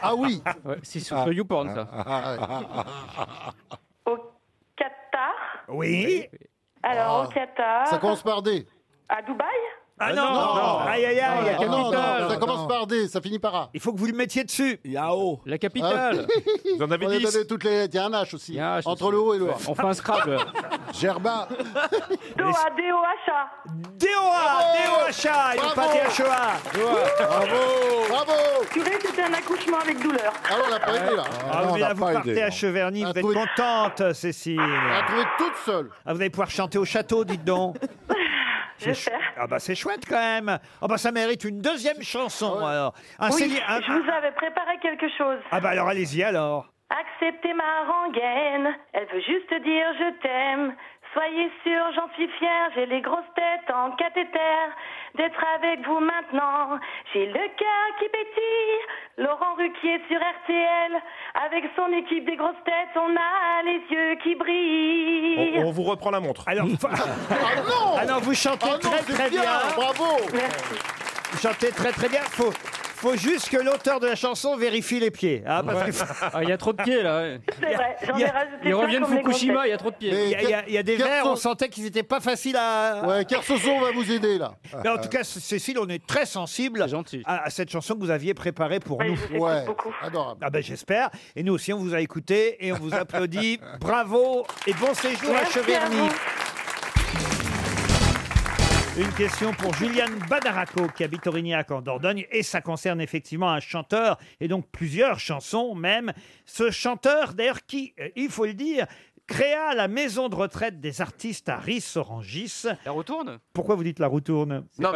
Ah oui C'est sur Ah. YouPorn, ça. Oui. Alors, Ah. au Qatar. Ça commence par D. Euh, À Dubaï Ah non, non. Aïe, aïe, aïe. Ah non, non, Capitale. ça commence par D, ça finit par A. Il faut que vous le mettiez dessus. Yao. La capitale. Vous en avez Ah. On a 10. donné toutes les lettres, il y a un H aussi. Il y a un H entre aussi. le haut et le A. On fait un Scrabble. Gerba. DOA, DOHA. DOA, DOHA, et non pas DHEA. Bravo Bravo Curé, c'était un accouchement avec douleur. Ah, on l'a pas aidé là. Ah, mais là, vous partez à Cheverny, vous êtes contente, Cécile. Elle a trouvé toute seule. Ah, vous allez pouvoir chanter au château, dites donc. C'est chou- Ah bah c'est chouette quand même. Ah bah ça mérite une deuxième chanson Ah alors. Un Oui, Céline- un- je vous avais préparé quelque chose. Ah bah alors allez-y alors. Acceptez ma rengaine, elle veut juste dire je t'aime. Soyez sûrs, j'en suis fière, j'ai les grosses têtes en cathéter. D'être avec vous maintenant, j'ai le cœur qui pétille. Laurent Ruquier sur RTL, avec son équipe des grosses têtes, on a les yeux qui brillent. On, on vous reprend la montre. Alors, Ah non Ah non, vous chantez Ah non, très c'est très bien. Bravo Vous chantez très très bien. Faut, faut juste que l'auteur de la chanson vérifie les pieds. hein, parce que- Ah, il y a trop de pieds là. ouais. C'est vrai, j'en ai rajouté Ils plein reviennent comme les grosses Fukushima, têtes. il y a trop de pieds. Il y a, il y a- il y a des Garçon- vers, on sentait qu'ils n'étaient pas faciles à. Ouais, Kersoson va vous aider là. Mais en tout cas, C- Cécile, on est très sensible à, à cette chanson que vous aviez préparée pour nous. Ouais, adorable. Ah ben j'espère. Et nous aussi, on vous a écouté et on vous applaudit. Bravo et bon séjour Merci à à Cheverny. vous. Une question pour Juliane Badaraco qui habite Aurignac en Dordogne et ça concerne effectivement un chanteur et donc plusieurs chansons même. Ce chanteur d'ailleurs qui, euh, il faut le dire, créa la maison de retraite des artistes à Ris-Orangis. La retourne Pourquoi vous dites la retourne parce- la Non,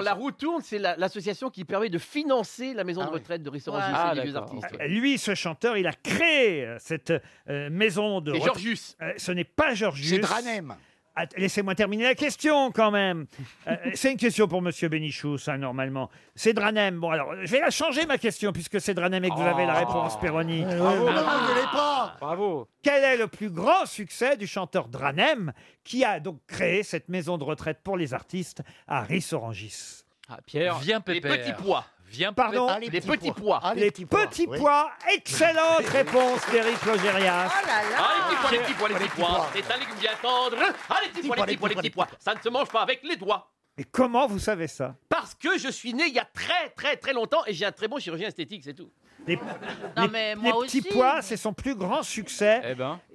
la roue tourne, c'est la- l'association qui permet de financer la maison de retraite de Ristorangis Ouais. et Ah, des vieux d'accord. artistes. Euh, Lui, ce chanteur, il a créé euh, cette euh, maison de. C'est retra- Georgius. Euh, ce n'est pas Georgius. C'est Dranem. Att- Laissez-moi terminer la question quand même. Euh, c'est une question pour Monsieur Bénichou, ça normalement. C'est Dranem. Bon alors, je vais la changer ma question puisque c'est Dranem et que vous avez la réponse, Péroni. Ah. Bravo, ne l'ai pas Bravo Quel est le plus grand succès du chanteur Dranem qui a donc créé cette maison de retraite pour les artistes à Ris-Orangis Ah, Pierre, Viens, Pépère. Les petits pois. Viens, Pardon Ah, les, petits pois. Ah, les, petits pois. Excellente réponse d'Éric Logérias. Ah, les petits pois, les petits pois, les petits pois. C'est un légume bien tendre. Ah, les petits pois, les petits pois, les petits pois. Ça ne se mange pas avec les doigts. Mais comment vous savez ça Parce que je suis né il y a très, très, très longtemps et j'ai un très bon chirurgien esthétique, c'est tout. Les, Non, les- mais les moi petits aussi. pois, c'est son plus grand succès.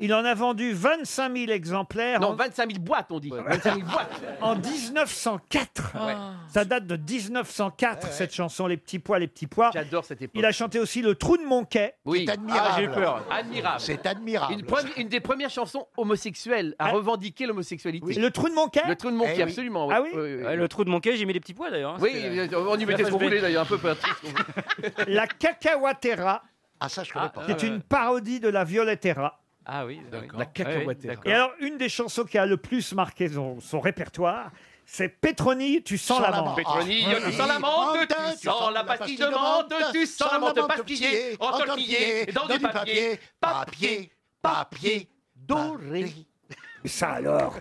Il en a vendu 25 000 exemplaires. Eh ben. Non, en- 25 000 boîtes, on dit. 25 000 boîtes. En 1904. Ouais. Ça date de 1904, cette chanson, Les petits pois, les petits pois. J'adore cette époque. Il a chanté aussi Le trou de mon quai. Oui. admirable. Ah, j'ai eu peur. Admirable. C'est admirable. Une, premi- une des premières chansons homosexuelles à revendiquer l'homosexualité. Le trou de mon quai Le trou de mon Eh quai, oui. absolument. Ah oui Ouais, le trou de mon quai, j'ai mis des petits pois d'ailleurs. hein, Oui, c'était- euh, on y mettait ce qu'on FSB. voulait d'ailleurs, un peu pas triste. La cacahuatera. Ah, ça, je connais pas. C'est une parodie de la Violetera. Ah oui, d'accord. La cacahuatera. d'accord. Et alors, une des chansons qui a le plus marqué son, son répertoire, c'est Pétroni, tu sens la menthe. Ah. Pétroni, tu sens la menthe, Ah, tu sens la pastille de menthe, tu sens la menthe pastillée, entortillée, dans du papier, papier, papier doré. Mais Ça alors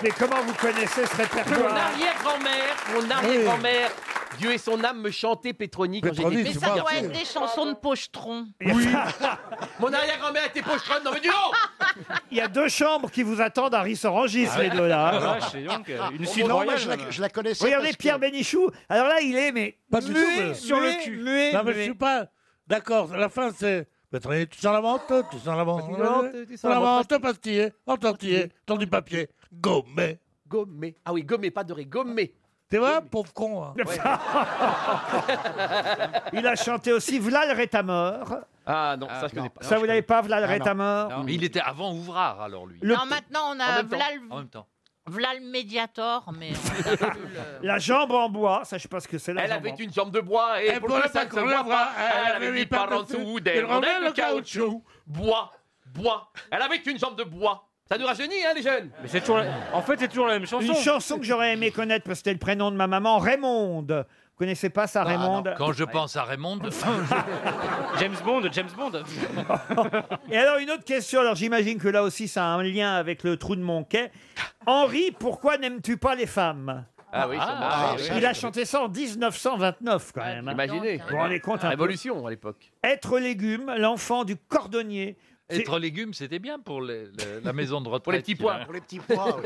Mais comment vous connaissez ce Mon Ah. répertoire arrière-grand-mère, mon arrière-grand-mère, Dieu et son âme me chantait Pétroni quand j'étais Pétroni, petit tu vois, garçon. c'est- Des chansons de pochetron. Mon arrière-grand-mère était pochetronne, non mais du non Il y a deux chambres qui vous attendent à Rissorangis, Ah ouais. les deux là. Ah vache, dis donc, euh, une suite Non, royale, moi, je la- même. je la connaissais Regardez parce que- Pierre Bénichou. Alors là, il est, mais. Pas du muet, tout, mais- sur le cul. Muet, Non, mais muet. je suis pas. D'accord, à la fin, c'est. Pétronier, tu sens la menthe, tu sens la menthe, tu tu sens sens la la menthe menthe, pastillée, entortillée, dans du papier, gommé. Gommé. Ah oui, gommé, pas doré, gommé. T'es vrai, pauvre con. hein. Il a chanté aussi Vlal Rétamor. Ah non, ça je connais pas. Ça, vous l'avez pas, Vlal Rétamor Ah, Non, mais il était avant Ouvrard, alors lui. Le- Non, maintenant, on En a même temps. Vlal, En même temps. Vlal Mediator, mais... La jambe en bois, ça je sais pas ce que c'est la Elle jambe avait en- une jambe de bois et, Et pour pour que le ça ne se pain voit qu'on la pas, voit, elle avait mis par en dessous des rondelles de caoutchouc. Bois, bois. Elle avait une jambe de bois. Ça nous rajeunit, hein, les jeunes Mais c'est toujours la- En fait, c'est toujours la même chanson. Une chanson que j'aurais aimé connaître parce que c'était le prénom de ma maman, Raymonde. Vous connaissez pas Ah, ça, Raymond Quand je pense à Raymond, James Bond, James Bond. Et alors, une autre question. Alors, j'imagine que là aussi, ça a un lien avec le trou de mon quai. Henri, pourquoi n'aimes-tu pas les femmes Ah oui, c'est marrant, oui, oui. Il a chanté ça en 1929, quand même. hein. Imaginez. Vous vous rendez compte un peu Révolution à l'époque. Être légume, l'enfant du cordonnier. C'est- Être légumes, c'était bien pour les- le- la maison de retraite. Pour les petits pois. Pour Pour les petits pois,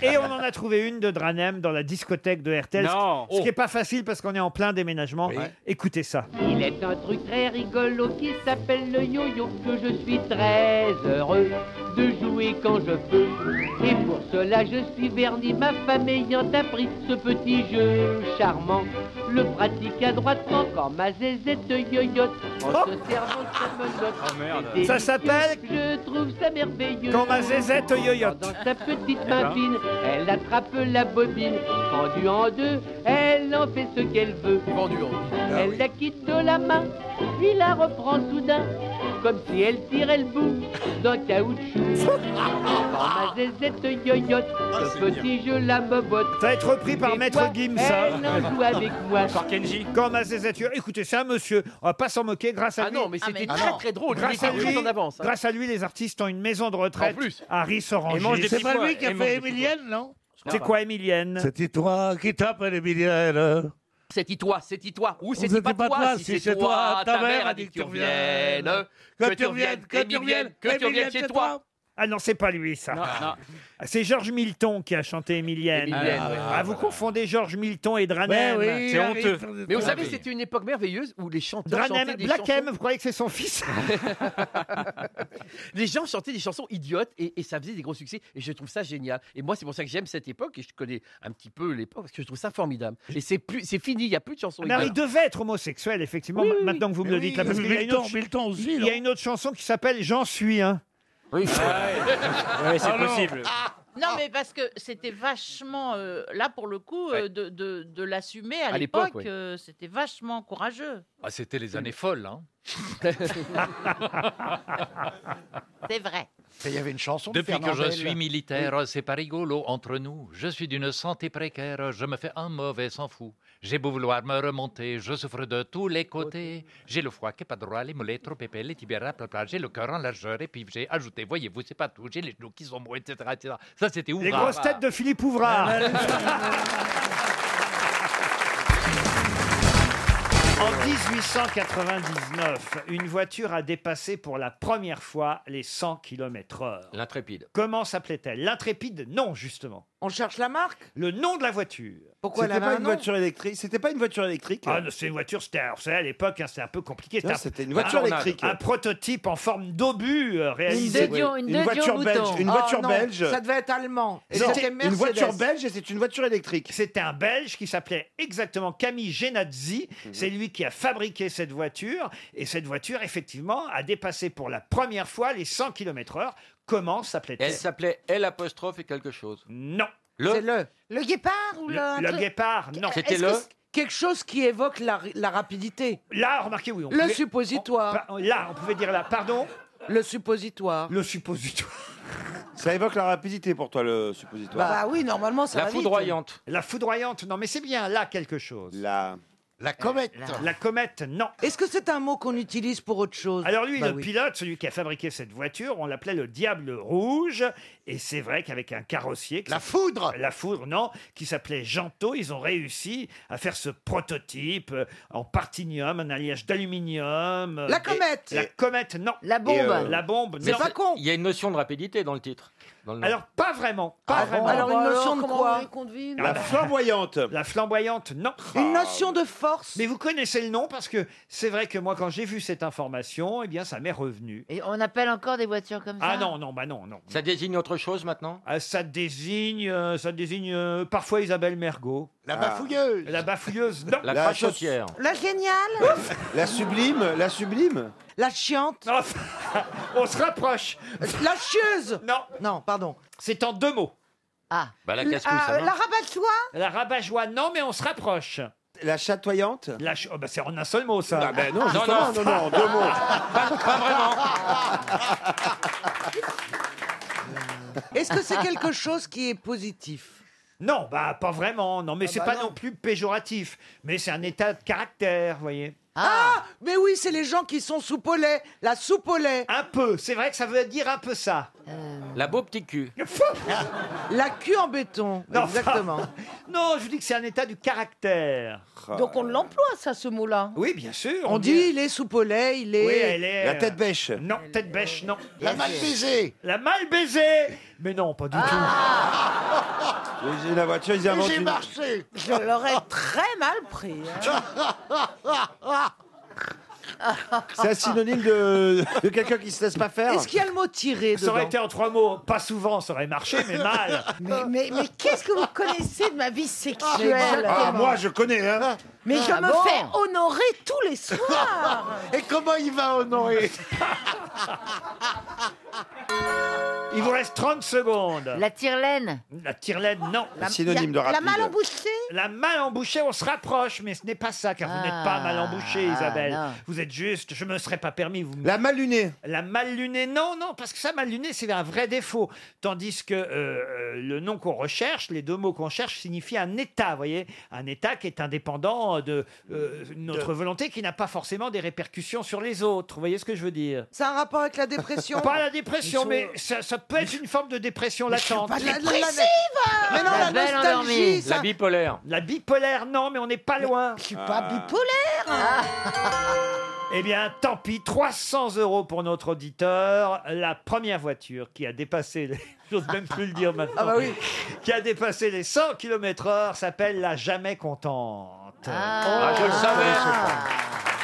Et on en a trouvé une de Dranem dans la discothèque de RTL. ce qui- Non. Ce qui n'est pas facile parce qu'on est en plein déménagement. Écoutez ça. Il est un truc très rigolo qui s'appelle le yo-yo que je suis très heureux de jouer quand je peux. Et pour cela je suis verni, ma femme ayant appris ce petit jeu charmant. Le pratique adroitement quand ma zézette yo-yote Oh en se servant de sa menotte. C'est Ça s'appelle délicieux, Je trouve ça merveilleux. Quand ma zézette yoyote. Dans sa petite Eh main ben. fine, elle attrape la bobine. Pendue en deux, elle en fait ce qu'elle veut. Elle la quitte de la main, puis la reprend soudain, comme si elle tirait le bout d'un caoutchouc. Par ma zézette yoyote, ce petit jeu la bobote. Ça va être repris par Des Maître fois, Gims. hein. Elle en Eh, joue avec moi. Quand ma zézette yoyote- Écoutez ça, monsieur. On va pas s'en moquer. Grâce à Ah lui. non, mais c'était Ah, mais- très, très drôle. Il Grâce était à, deux lui, jours en avance, hein. grâce à lui, les artistes ont une maison de retraite. En plus. Harry Sorangé. Et mange des C'est petits pas pois, lui qui et a mange fait des petits Emilienne, non C'est quoi, Emilienne C'était toi qui t'appelles Emilienne. C'est toi, c'est toi. Ou c'est C'était pas, toi, si c'est toi, ta mère a dit que tu reviennes. Que tu reviennes, que tu reviennes, que tu reviennes chez toi. Ah non, c'est pas lui, ça. Ah, C'est Georges Milton qui a chanté Emilienne. Emilienne, ah, oui. ah, vous confondez Georges Milton et Ah, Dranem. Eh Mais vous savez, c'était une époque merveilleuse où les chanteurs Dranem, chantaient des Black M, chansons. Ah vous croyez que c'est son fils Les gens chantaient des chansons idiotes et, et ça faisait des gros succès. Et je trouve ça génial. Et moi, c'est pour ça que j'aime cette époque et je connais un petit peu l'époque parce que je trouve ça formidable. Et c'est plus, c'est fini. Il y a plus de chansons Non, il idiotes. devait être homosexuel, effectivement, Oui, ma- oui, maintenant que vous me mais le dites. oui. Là, parce qu'il y a une Milton, autre- Milton aussi, Il y non a une autre chanson qui s'appelle J'en suis hein. un. Oui, Ouais, c'est Ah non. possible. Non, mais parce que c'était vachement, euh, là pour le coup, euh, de, de- de l'assumer à, À l'époque, l'époque, oui. euh, c'était vachement courageux. Ah, c'était les années folles. Hein. C'est vrai. Il y avait une chanson de Depuis que je Fernandel. suis militaire, c'est pas rigolo entre nous. Je suis d'une santé précaire, je me fais un mauvais sans fou. J'ai beau vouloir me remonter, je souffre de tous les côtés. J'ai le foie qui est pas droit, les mollets trop épais, les tibias plapla, j'ai le cœur en largeur, et puis j'ai ajouté, voyez-vous, c'est pas tout, j'ai les genoux qui sont mous, etc. etc. Ça, c'était ouf. Ah Les grosses têtes de Philippe Ouvrard. bah. En 1899, une voiture a dépassé pour la première fois les 100 km/h. L'intrépide. Comment s'appelait-elle L'intrépide, non, justement. On cherche la marque Le nom de la voiture. Pourquoi elle C'était avait pas un une nom voiture électrique C'était pas une voiture électrique Ah non, c'est une voiture, c'était alors, vous savez, à l'époque, hein, c'était un peu compliqué. Non, c'était une voiture un- électrique. Un prototype en forme d'obus euh, réalisé. Une Dedio- une Une Dedio voiture Mouton. belge, une Oh voiture non, belge. Ça devait être allemand. Et Non. c'était Mercedes. et c'est une voiture électrique. C'était un Belge qui s'appelait exactement Camille Genazzi. C'est lui qui a fabriqué cette voiture. Et cette voiture, effectivement, a dépassé pour la première fois les 100 km/h. Comment s'appelait-elle Elle s'appelait L apostrophe et quelque chose. Non. Le. le. Le guépard ou le. un Le truc- guépard, Ah, non. Est-ce que c'est Quelque chose qui évoque la, la rapidité. Là, remarquez, oui. on le pouvait- suppositoire. là, on pouvait dire là. Pardon Le suppositoire. Le suppositoire. Ça évoque la rapidité pour toi, le suppositoire. Bah Bah normalement, ça La va vite. foudroyante. La foudroyante, non, mais c'est bien là quelque chose. La, la comète. La, comète, non. Est-ce que c'est un mot qu'on utilise pour autre chose Alors lui, Bah le oui. pilote, celui qui a fabriqué cette voiture, on l'appelait le Diable Rouge. Et c'est vrai qu'avec un carrossier... la foudre La foudre, non, qui s'appelait Gento, ils ont réussi à faire ce prototype euh, en partinium, un alliage d'aluminium. euh, La et- comète La comète, non. La bombe. Et, euh, La bombe, Mais non. c'est- Il y a une notion de rapidité dans le titre. dans le nom. Alors, pas vraiment. Pas Ah bon vraiment. Alors, une notion de quoi La flamboyante. La flamboyante, non. Une notion de force. Mais vous connaissez le nom parce que c'est vrai que moi, quand j'ai vu cette information, eh bien, ça m'est revenu. Et on appelle encore des voitures comme ça Ah non, non, bah non, non. Ça désigne autre chose maintenant Ah, ça désigne, euh, ça désigne euh, parfois Isabelle Mergot. Ah. La bafouilleuse. La bafouilleuse, non. La La crachotière. chauss- La géniale La sublime, la sublime. La chiante On se rapproche La chieuse Non Non, pardon. C'est en deux mots. Ah. Bah, la casse rabat-joie La rabat-joie, non, mais on se rapproche. La chatoyante La ch- oh, bah, c'est en un seul mot, ça. Ah ben non, justement, non, non, en deux mots. Est-ce que c'est quelque chose qui est positif Non, bah pas vraiment. Non, mais Ah c'est bah pas non. non plus péjoratif. Mais c'est un état de caractère, vous voyez. Ah, mais oui, c'est les gens qui sont sous au lait, la soupe au lait. Un peu, c'est vrai que ça veut dire un peu ça. La beau petit cul. la queue en béton, Non, exactement. non, je vous dis que c'est un état du caractère. Donc on l'emploie, ça, ce mot-là. Ah. Oui, bien sûr. On dit il est soupe au lait, il est... Oui, elle est. La tête bêche. Non, tête bêche, non. La mal baisée. La mal baisée. Mais non, pas du Ah. J'ai la voiture, ils inventent une- Je l'aurais très mal pris. C'est un synonyme de, de quelqu'un qui se laisse pas faire. Est-ce qu'il y a le mot tiré tout. Ça aurait été en trois mots. Pas souvent, ça aurait marché, mais mal. Mais, mais- mais qu'est-ce que vous connaissez de ma vie sexuelle Ah, moi, je connais, hein Mais je Ah me bon fais honorer tous les soirs. Et comment il va honorer Il vous reste 30 secondes. La tirelaine. La tirelaine, non. La- Synonyme de la- la rapide. malle embouchée La malle embouchée, on se rapproche, mais ce n'est pas ça, car vous n'êtes pas mal embouchée, ah, Isabelle. non. Vous êtes juste, je ne me serais pas permis. Vous la mal lunée. La mal lunée, non, non, parce que ça, mal lunée, c'est un vrai défaut. Tandis que euh, euh, le nom qu'on recherche, les deux mots qu'on cherche, signifient un état, vous voyez Un état qui est indépendant de euh, notre volonté, qui n'a pas forcément des répercussions sur les autres. Vous voyez ce que je veux dire C'est un rapport avec la dépression Pas la dépression, Ils sont- mais ça, ça peut être une forme de dépression latente. pas La- la- dépressive Mais non, la La belle nostalgie, endormie. ça- La bipolaire. La bipolaire, non, mais on n'est pas loin. Je suis pas Ah. bipolaire. Eh bien, tant pis, 300 euros pour notre auditeur. La première voiture qui a dépassé les... J'ose même plus le dire maintenant. Ah bah oui. Qui a dépassé les 100 km h s'appelle la jamais contente. Ah, je le savais.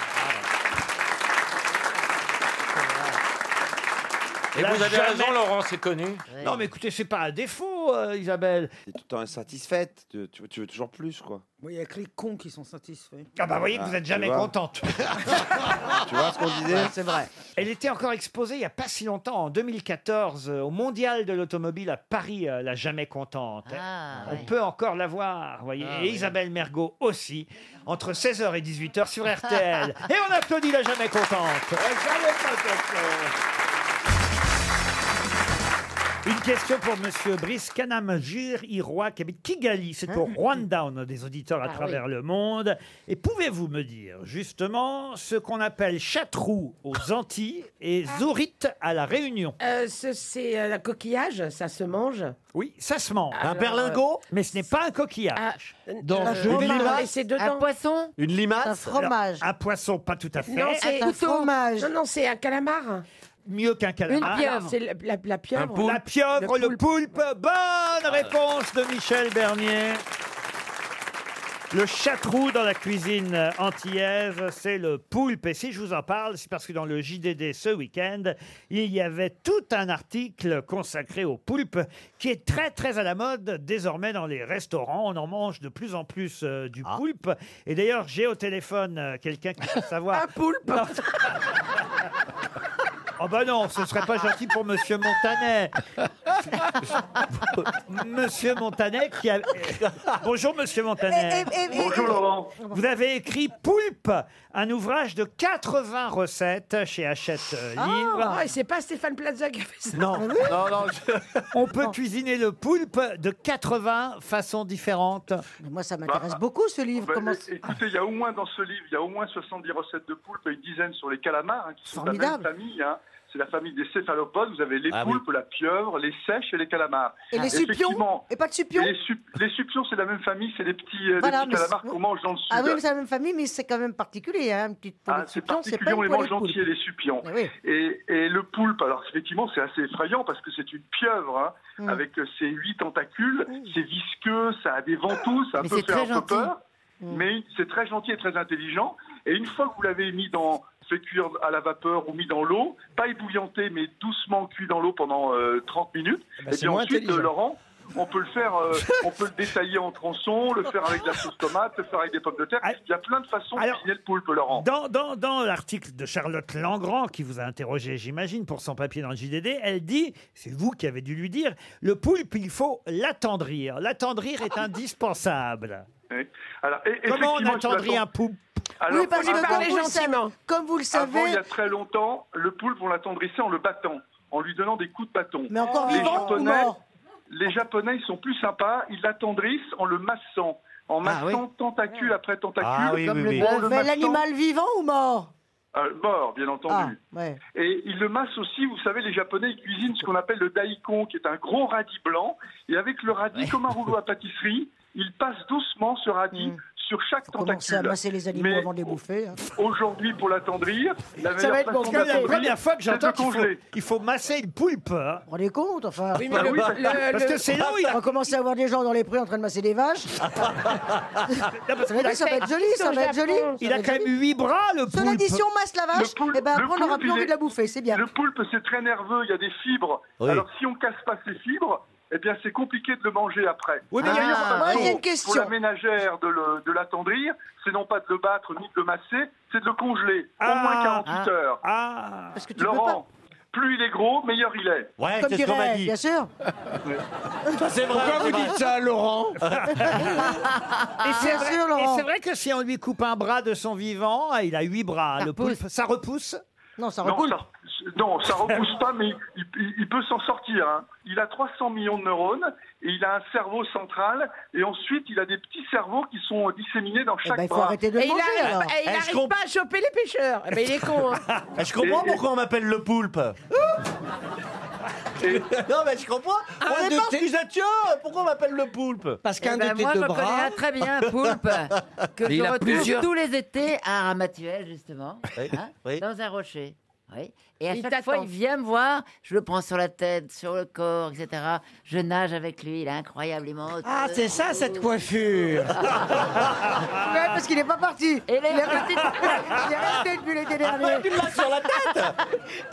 Et La vous avez jamais- raison, Laurent, c'est connu. Non, mais écoutez, c'est pas un défaut, euh, Isabelle. T'es tout le temps insatisfaite. Tu, tu veux- tu veux toujours plus, quoi. Il n'y a que les cons qui sont satisfaits. Ah bah voyez que vous Ah, êtes tu jamais vois. contente. Ah, Tu vois ce qu'on disait C'est vrai. Elle était encore exposée il n'y a pas si longtemps, en 2014, euh, au Mondial de l'automobile à Paris, euh, la jamais contente. Ah, On ouais. peut encore la voir, vous voyez. et Isabelle Mergot aussi, entre 16h et 18h sur RTL. et on applaudit la jamais Euh, contente. Une question pour Monsieur Brice Kanamjir Irois, qui habite Kigali. C'est au Rwanda, on a des auditeurs à Hein Ah travers oui. le monde. Et pouvez-vous me dire, justement, ce qu'on appelle chatrou aux Antilles et zorite à la Réunion c'est Ah. euh, la coquillage, ça se mange. Oui, ça se mange. Un Ah. berlingot Mais ce n'est pas un Ah. coquillage. Dans un jour, c'est dedans. poisson Une limace Un fromage. Alors, un poisson, pas tout à fait. Non, c'est Non, non, c'est un calamar. Mieux qu'un calamar. Ah, Alors, C'est la, la, la pieuvre. La pieuvre, le poulpe. Bonne réponse de Michel Bernier. Le chatrou dans la cuisine antillaise, c'est le poulpe. Et si je vous en parle, c'est parce que dans le JDD ce week-end, il y avait tout un article consacré au poulpe qui est très très à la mode désormais dans les restaurants. On en mange de plus en plus euh, du poulpe. Et d'ailleurs, j'ai au téléphone euh, quelqu'un qui peut savoir. un poulpe Oh bah non, ce serait pas gentil pour Monsieur Montanet. Monsieur Montanet qui a... Bonjour Monsieur Montanet. Eh, eh, eh, eh, Bonjour, eh. Laurent. Vous avez écrit Poulpe, un ouvrage de 80 recettes chez Hachette euh, Livre. Ah, et c'est pas Stéphane Plaza qui a fait ça. Ah Non, non, non. On peut cuisiner le poulpe de 80 façons différentes. Moi, ça m'intéresse beaucoup ce livre. Bah, Comment... é- Écoutez, il y a au moins dans ce livre, il y a au moins 70 recettes de poulpe et une dizaine sur les calamars, hein, qui sont de la même Formidable. famille. hein. C'est la famille des céphalopodes. Vous avez les poulpes, la pieuvre, les sèches et les calamars. Et les supions Effectivement, Et pas de supion Les, sup- les supions, c'est la même famille, c'est les petits, euh, les Voilà, petits mais calamars c'est- qu'on mange dans le sud. Ah oui, mais c'est la même famille, mais c'est quand même particulier. Hein. Une petite Ah, poule de c'est supion, c'est pas particulier, on une les poule mange de poule. entiers, les supions. Ah oui. Et, et le poulpe, alors effectivement, c'est assez effrayant parce que c'est une pieuvre, hein, Mm. avec euh, ses huit tentacules, Hmm. c'est visqueux, ça a des ventouses, ça Mais peut c'est faire très un peu gentil. peur, Hmm. mais c'est très gentil et très intelligent. Et une fois que vous l'avez mis dans fait cuire à la vapeur ou mis dans l'eau, pas ébouillanté, mais doucement cuit dans l'eau pendant euh, 30 minutes, bah, et c'est puis moins ensuite, intelligent. euh, Laurent, on peut le faire, euh, on peut le détailler en tronçons, le faire avec de la sauce tomate, le faire avec des pommes de terre. Ah, Il y a plein de façons de cuisiner le poulpe, Laurent. Dans, dans, dans l'article de Charlotte Langrand, qui vous a interrogé, j'imagine, pour son papier dans le JDD, elle dit, c'est vous qui avez dû lui dire, le poulpe, il faut l'attendrir. L'attendrir est indispensable. Oui. Alors, et- Comment on effectivement, attendrait je un poulpe Alors, oui, parce on que l'attend- comme vous, le savez, comme vous le savez, Avant, il y a très longtemps, le poulpe, on l'attendrissait en le battant, en lui donnant des coups de bâton. Mais encore les vivant ou Japonais, mort les Japonais, ils sont plus sympas, ils l'attendrissent en le massant, en massant tentacule Ah. après tentacule. en le Euh, mais massant- L'animal vivant ou mort euh, mort, bien Ah, entendu. ouais. Et ils le massent aussi, vous savez, les Japonais, ils cuisinent ce qu'on appelle le daikon, qui est un gros radis blanc. Et avec le radis, comme un rouleau à pâtisserie, ils passent doucement ce radis sur chaque Commencer à tentacule. masser les animaux Mais avant de les bouffer. hein. Aujourd'hui, pour l'attendrir, la Ça meilleure va être façon bon. de C'est la l'attendrir, première fois que c'est de j'entends qu'il Il faut, congeler. il faut masser une poulpe. hein. On est compte, enfin. Oui, mais le- Ah oui. le- Parce que le- c'est long, il a- On commence à avoir des gens dans les prés en train de masser des vaches. Non, parce Ça va être- ça va être joli, ça va être joli. Il Ça a va quand être même joli. 8 bras, le poulpe. Cela dit, si on masse la vache, Le poulpe- eh ben, le après, on n'aura poulpe, plus il envie est- de la bouffer, c'est bien. Le poulpe, c'est très nerveux, il y a des fibres. Alors, si on casse pas ces fibres, eh bien, c'est compliqué de le manger après. Oui, mais La il y a- meilleure Ah, moi, façon j'ai une Pour question. la ménagère de le- de l'attendrir, c'est non pas de le battre ni de le masser, c'est de le congeler Ah, au moins 48 heures. Parce que tu peux Laurent, plus il est gros, meilleur il est. Comme dirait, bien sûr. Ça, c'est vrai, Pourquoi c'est vous vrai. dites ça à Laurent Et c'est Bien vrai, sûr, et Laurent. c'est vrai que si on lui coupe un bras de son vivant, ah, il a 8 bras, le poulpe. Ça repousse Non, ça Non, ça, non, ça repousse pas, mais il, il- il peut s'en sortir. hein. Il a 300 millions de neurones et il a un cerveau central. Et ensuite, il a des petits cerveaux qui sont euh, disséminés dans chaque ben, il faut Ah. bras. arrêter de le Et il manger, arrive- alors. et il Il n'arrive pas à choper les pêcheurs. Eh ben, il est con. hein. Eh, Ah, Je comprends pourquoi on m'appelle le poulpe. non, mais je comprends. Un On de est tes- parti de Dieu. Pourquoi on m'appelle le poulpe Parce Eh ben, moi, je connais un très bien un poulpe que Mais je il a retrouve plusieurs. tous les étés à Ramatuel, justement, Oui, hein, oui. dans un rocher. Oui. Et à Il chaque t'attend. fois, il vient me voir, je le prends sur la tête, sur le corps, etc. Je nage avec lui, il est incroyablement hauteux. Ah, c'est ça, cette coiffure Ouais, parce qu'il n'est pas parti. Il est, resté- il est resté depuis l'été Ah dernier. ouais, tu l'as sur la tête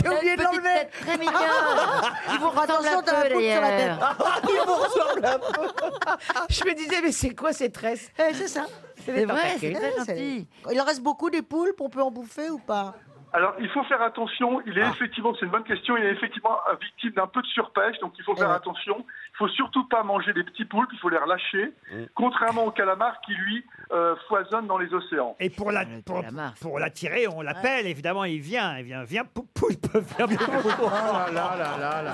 T'as oublié de l'enlever. Très mignonne. Il vous ressemble Attention, un t'as la peu, poule sur la tête. d'ailleurs. Il vous ressemble un peu. Je me disais, mais c'est quoi ces tresses Eh, c'est ça. C'est des vrai, c'est tentacules. très Ouais, c'est- gentil. Il en reste beaucoup des poulpes, on peut en bouffer ou pas Alors, il faut faire attention. Ah. Il est effectivement, c'est une bonne question. Il est effectivement euh, victime d'un peu de surpêche, donc il faut faire attention. Il faut surtout pas manger des petits poulpes. Il faut les relâcher, Mm. contrairement au calamar qui lui euh, foisonne dans les océans. Et pour la pour, pour l'attirer, on l'appelle évidemment, il vient, il vient, viens pou- poulpe, viens poulpe. Oh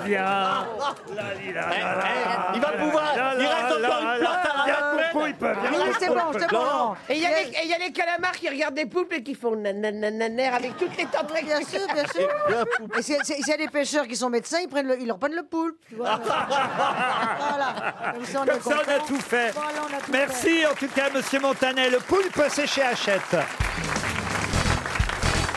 Viens. Ah, Ah, Ah Il va pouvoir. Il reste encore une plante à Viens poulpe, viens Oui, c'est bon, c'est bon. Laurent. Et il y, a les- et il y a les calamars qui regardent des poulpes et qui font nananananer avec toutes les tentacules. Bien sûr, bien sûr. Et s'il y a- s'il y a des pêcheurs qui sont médecins, ils, prennent le- ils leur prennent le poulpe. Tu vois voilà. Comme ça, on, est Comme ça, on a content. tout fait. Voilà, on a tout fait. Merci en tout cas, Monsieur Montanet. Le poulpe, c'est chez Hachette.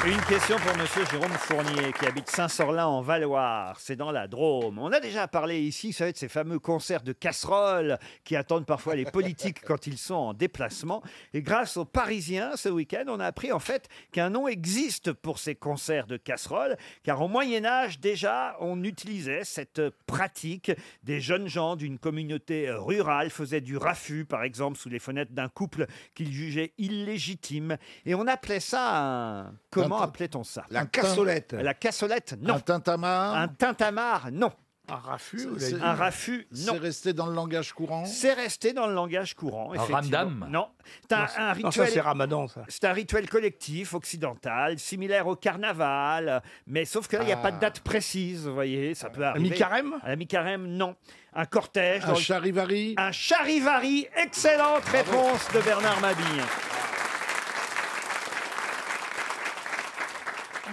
Une question pour Monsieur Jérôme Fournier qui habite Saint-Sorlin en Valoir, c'est dans la Drôme. On a déjà parlé ici, vous savez, de ces fameux concerts de casseroles qui attendent parfois les politiques quand ils sont en déplacement. Et grâce aux Parisiens, ce week-end, on a appris en fait qu'un nom existe pour ces concerts de casseroles, car au Moyen Âge déjà, on utilisait cette pratique. Des jeunes gens d'une communauté euh, rurale faisaient du raffut, par exemple, sous les fenêtres d'un couple qu'ils jugeaient illégitime. Et on appelait ça un... Comment appelait-on ça La cassolette. La cassolette, non. Un tintamarre Un tintamarre, non. Un raffut vous l'avez dit. Un raffut, non. C'est resté dans le langage courant C'est resté dans le langage courant. Un effectivement. ramdam Non. C'est un, un Non, rituel. ça, c'est ramadan, ça. C'est un rituel collectif occidental, similaire au carnaval, mais sauf que là, il n'y a Ah. pas de date précise, vous voyez. Ça peut arriver. mi-carême À la mi-carême, non. Un cortège. Un dans le- charivari Un charivari. Excellente réponse de Bernard Mabille.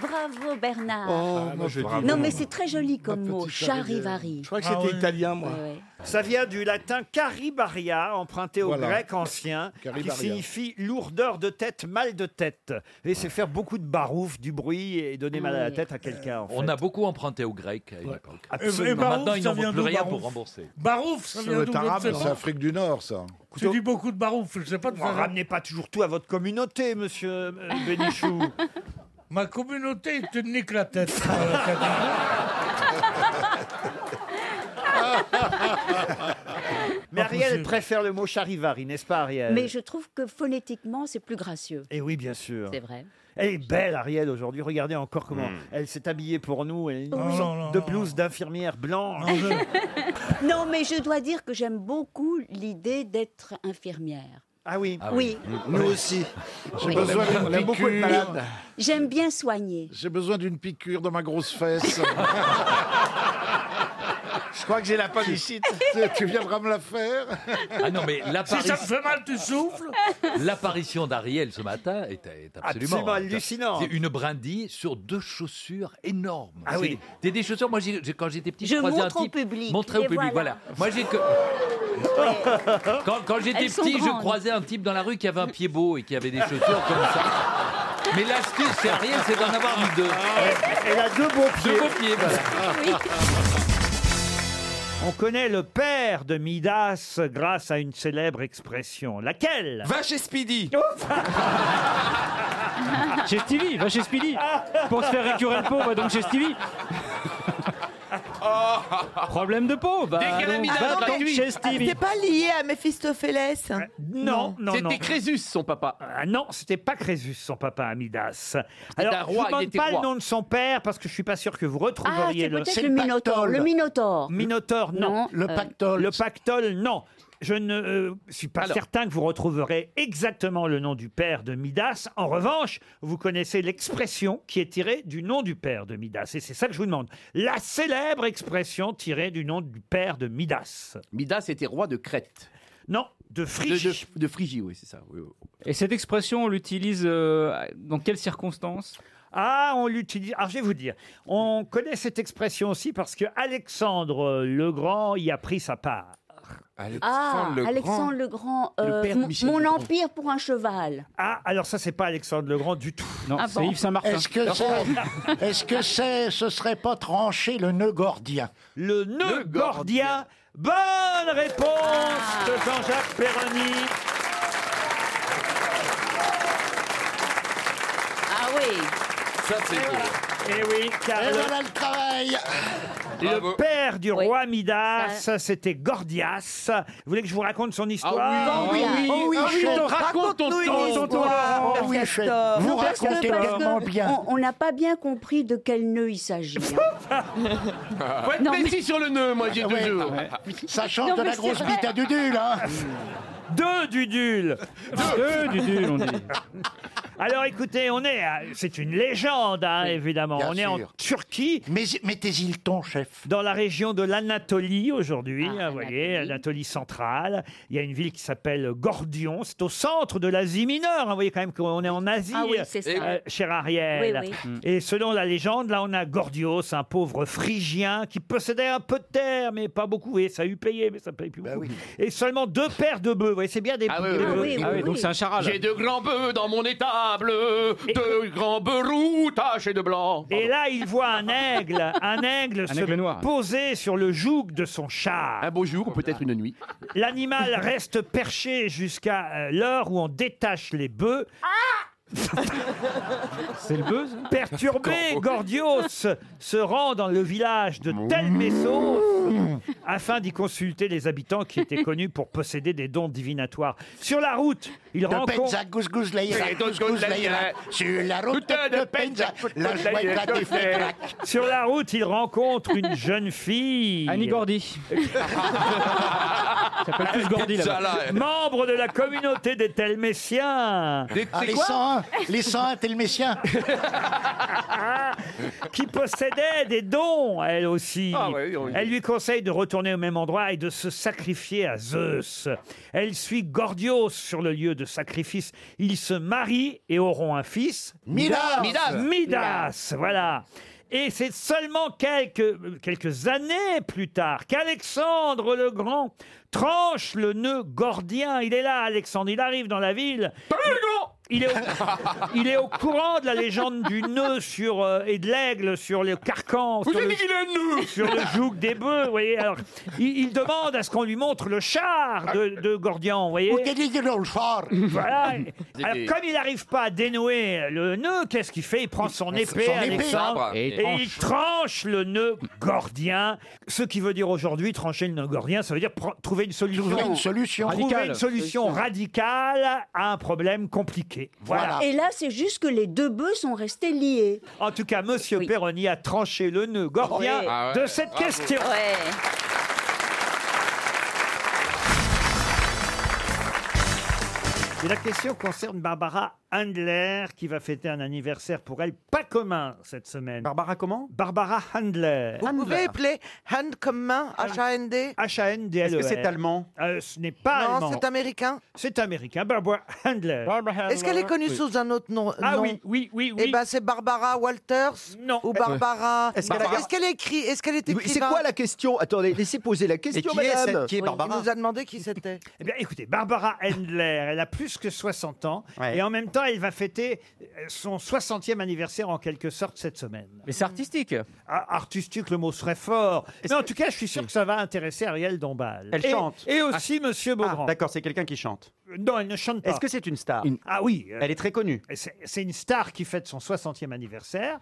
Bravo Bernard. Oh, Ah, moi, je bravo. dis non non. mais c'est très joli comme mot, euh, charivari. italien, moi. Ah Ça vient du latin caribaria, emprunté au Voilà. grec ancien, Caribaria. qui signifie lourdeur de tête, mal de tête. Et c'est faire beaucoup de barouf, du bruit et donner mal à la tête à quelqu'un. en On fait. a beaucoup emprunté aux Grecs à une époque. Absolument. Et Barouf, Maintenant, ils ça n'en vient veulent plus d'où, rien Barouf pour rembourser. Barouf, ça vient d'où Je ne sais C'est pas. Afrique du Nord, ça. Tu dis beaucoup de barouf, je ne sais pas. Vous ramenez pas toujours tout à votre communauté, monsieur euh, Bénichou. Ma communauté, ils te niquent la tête. Voilà, t'as Ah. dit. Mais Ariel préfère le mot charivari, n'est-ce pas, Ariel Mais je trouve que phonétiquement c'est plus gracieux. Et oui, bien sûr. C'est vrai. Elle est belle, Ariel, aujourd'hui. Regardez encore comment Hmm. elle s'est habillée pour nous. Elle a une Oui. sorte Non, Oh non, de blouse d'infirmière blanche. Non mais je dois dire que j'aime beaucoup l'idée d'être infirmière. Ah oui. Ah oui. Oui. Nous aussi. J'ai Oui. besoin On aime- on d'une aime beaucoup être piqûre. malade. J'aime bien soigner. J'ai besoin d'une piqûre dans ma grosse fesse. Je crois que j'ai la policite. tu viendras me la faire Ah non, mais l'apparition- Si ça me fait mal, tu souffles L'apparition d'Ariel ce matin est, est absolument, Absolument hallucinante. C'est une brindille sur deux chaussures énormes. Ah C'est oui. des- C'est des chaussures. Moi, j'ai- j'ai- quand j'étais petit, Je croisais montre un au type- public, Montrer au les public, voilà. voilà. Moi, j'ai que- quand, quand j'étais Elles sont petit, je grandes. croisais un type dans la rue qui avait un pied beau et qui avait des chaussures comme ça. Mais l'astuce, c'est Ariel, c'est d'en avoir mis deux. Ah Elle a deux beaux pieds. Deux beaux pieds, voilà. On connaît le père de Midas grâce à une célèbre expression. Laquelle Va chez Speedy Chez Stevie, va chez Speedy. Pour se faire récurer le pot, va donc chez Stevie. Problème de peau, bah, va Dès qu'elle a donc, mis va la Ah, donc gratuite. chez Stevie. Ah, pas lié à Mephistopheles Non, non, non. C'était Crésus, son papa. non, c'était pas Crésus, son papa, à Midas. C'était Alors, un je roi, vous il demande était pas roi. le nom de son père parce que je suis pas sûr que vous Ah, retrouveriez c'est peut-être le Minotaure. Le Minotaure. Minotaure, non. Non, Le euh, pactole. Le pactole, non. Je ne euh, suis pas Alors. certain que vous retrouverez exactement le nom du père de Midas. En revanche, vous connaissez l'expression qui est tirée du nom du père de Midas. Et c'est ça que je vous demande. La célèbre expression tirée du nom du père de Midas. Midas était roi de Crète. Non, de Phrygie. De, de Phrygie, oui, c'est ça. oui, oui. Et cette expression, on l'utilise euh, dans quelles circonstances Ah, on l'utilise. Alors, je vais vous dire, on connaît cette expression aussi parce que Alexandre le Grand y a pris sa part. Ah, Alexandre le Grand. Le euh, père de mon- Michel mon Legrand. empire pour un cheval. Ah, alors ça, c'est pas Alexandre le Grand du tout. Non, Ah c'est bon Yves Saint-Martin. Est-ce que, c'est- est-ce que c'est, ce serait pas tranché le nœud gordien Le nœud gordien. Bonne réponse Ah. de Jean-Jacques Perroni. Ah oui. Ça, c'est Eh oui, car Et le- voilà le travail le père du roi Midas, c'était Gordias. Vous voulez que je vous raconte son histoire oui, ah oui, oui, ah oui, chef. ton- raconte ton- Raconte-nous une ton- ton- Ah histoire, ton- oui, ton- chef. ton- Vous ton- Parce que- racontez parce vraiment que bien. on- On n'a pas bien compris de quel nœud il s'agit. Ah, hein. Faut être mais- précis sur le nœud, moi, Ah j'ai Ouais. toujours. Ah Ça chante Non, de mais la c'est grosse vrai. bite à dudule, hein Deux dudules Deux dudules, on dit. Alors écoutez, on est, à- c'est une légende, hein, évidemment. bien on est en sûr. Turquie. Mais mettez-y le ton, chef. Dans la région de l'Anatolie aujourd'hui, Ah, hein, vous voyez, Anatolie centrale. Il y a une ville qui s'appelle Gordion. C'est au centre de l'Asie mineure. hein. vous voyez quand même qu'on est en Asie, Euh, Ah oui, c'est ça. cher Ariel. Oui, oui. Et selon la légende, là, on a Gordios, un pauvre phrygien qui possédait un peu de terre, mais pas beaucoup. Et ça a eu payé, mais ça paye plus beaucoup. Et seulement deux paires de bœufs. Vous voyez, c'est bien des Ah oui, bœufs. oui, oui, Ah oui, oui, ah oui, oui. donc c'est un charal. J'ai deux grands bœufs dans mon étable, deux grands bœufs roux tachés de blanc. Et là, il voit un aigle, un aigle se aigle noir. poser sur le joug de son char. Un beau jour, ou peut-être une nuit. L'animal reste perché jusqu'à euh, l'heure où on détache les bœufs. Ah! C'est le buzz hein. Perturbé, Gordios se rend dans le village de Telmessos afin d'y consulter les habitants qui étaient connus pour posséder des dons divinatoires. Sur la route, il De rencontre... Penza, gousse gousse la ira, Et de gousse gousse la ira, sur la route de Penza, la joie éclate des flics. Sur la route, il rencontre une jeune fille. Annie Gordy. Ça s'appelle plus Gordy, Ça, là-bas. là, euh. Membre de la communauté des Telmessiens. Ah, les 101, les 101 Telméciens. qui possédait des dons, elle aussi. Ah oui, oui. Elle lui conseille de retourner au même endroit et de se sacrifier à Zeus. Elle suit Gordios sur le lieu de sacrifice. Ils se marient et auront un fils. Midas. Midas, Midas, voilà. Et c'est seulement quelques, quelques années plus tard qu'Alexandre le Grand tranche le nœud gordien. Il est là, Alexandre, il arrive dans la ville. Il est, au, il est au courant de la légende du nœud sur, euh, et de l'aigle sur le carcan, sur le, sur le joug des bœufs. vous voyez. Alors, il, il demande à ce qu'on lui montre le char de, de Gordian. vous voyez. Où t'es dit que dans le char Voilà. Alors, comme il n'arrive pas à dénouer le nœud, qu'est-ce qu'il fait Il prend son épée, épée. Alexandre, Sabre. Et et, il tranche le nœud gordien. Ce qui veut dire aujourd'hui, trancher le nœud gordien, ça veut dire pr- trouver une solution. Trouver une solution. Trouver Radicale. une solution radicale à un problème compliqué. Voilà. Et là, c'est juste que les deux bœufs sont restés liés. En tout cas, Monsieur Perroni a tranché le nœud gordien Ouais. Ah ouais. de cette Bravo. question. Et la question concerne Barbara Handler qui va fêter un anniversaire pour elle pas commun cette semaine. Barbara comment Barbara Handler. Ah. Vous pouvez appeler Hand comme main, H-A-N-D H-A-N-D. Est-ce que c'est allemand E Euh, Ce n'est pas Non, allemand. c'est américain C'est américain. Barbara Handler. Est-ce qu'elle est connue sous un autre nom Ah nom oui, oui, oui, oui. Eh ben, c'est Barbara Walters Non. Ou Barbara... Est-ce qu'elle a- Est-ce qu'elle écrit Est-ce qu'elle est Oui, écrivain C'est quoi la question Attendez, laissez poser la Et question, qui est madame. cette- qui est Oui, Barbara il nous a demandé qui c'était. Eh bien, écoutez, Barbara Handler, elle a plus que 60 ans. Et en même temps, elle va fêter euh, son 60e anniversaire en quelque sorte cette semaine. Ah, Mais c'est artistique. artistique, le mot serait fort. Mais en tout cas, je suis sûr que ça va intéresser Ariel Dombal. Elle Et- chante. Et aussi Monsieur Beaugrand. D'accord, c'est quelqu'un qui chante. Non, elle ne chante pas. Est-ce que c'est une star Ah oui. euh, Elle est très connue. et C'est c'est une star qui fête son 60e anniversaire.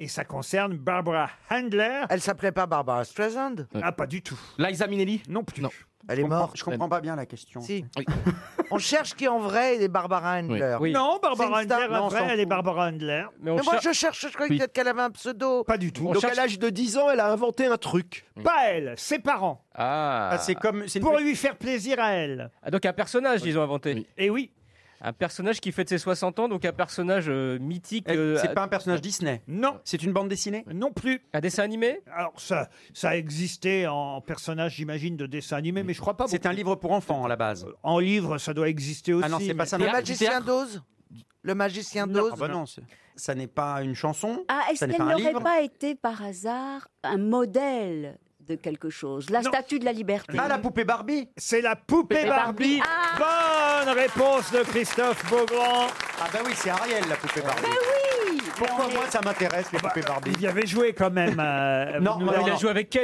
Et ça concerne Barbara Handler. Elle s'appelait pas Barbara Streisand Ah, pas du tout. Euh, Liza Minnelli Non plus. Elle est morte. Je comprends pas bien la question. Si. On cherche qui en vrai est Barbara Handler. Oui. Non, C'est Barbara une star. Handler, Non, en on vrai, s'en elle est fout. Barbara Handler. Mais, moi, je cherche, je croyais Oui. peut-être qu'elle avait un pseudo. Pas du tout. Donc à l'âge de 10 ans, elle a inventé un truc. Pas elle, ses parents. Ah. c'est comme. c'est une- Pour lui faire plaisir à elle. Ah, donc un personnage, ils ont inventé. Et oui. Un personnage qui fête ses 60 ans, donc un personnage euh, mythique. euh, C'est pas un personnage Disney. Non. C'est une bande dessinée. Non plus. Un dessin animé Alors ça, ça existait en personnage, j'imagine, de dessin animé, mais je crois pas. Euh, C'est un livre pour enfants à la base. En livre, ça doit exister aussi. Ah non, c'est pas mais- ça. Le magicien d'Oz Le magicien Oh, Non, d'Oz ah bah non, c'est- ça n'est pas une chanson. Ah, est-ce ça n'est qu'elle pas un n'aurait livre. pas été par hasard un modèle de quelque chose La statue de la liberté. Ah, la poupée Barbie C'est la poupée Poupée Barbie. Barbie. Ah. Bonne réponse de Christophe Beaugrand. Ah bah oui, c'est Ariel, la poupée Barbie. Ah oui Pourquoi moi ça m'intéresse, les poupées Barbie Bah, Il y avait joué quand même. euh, Non, nous non, l'avons- non.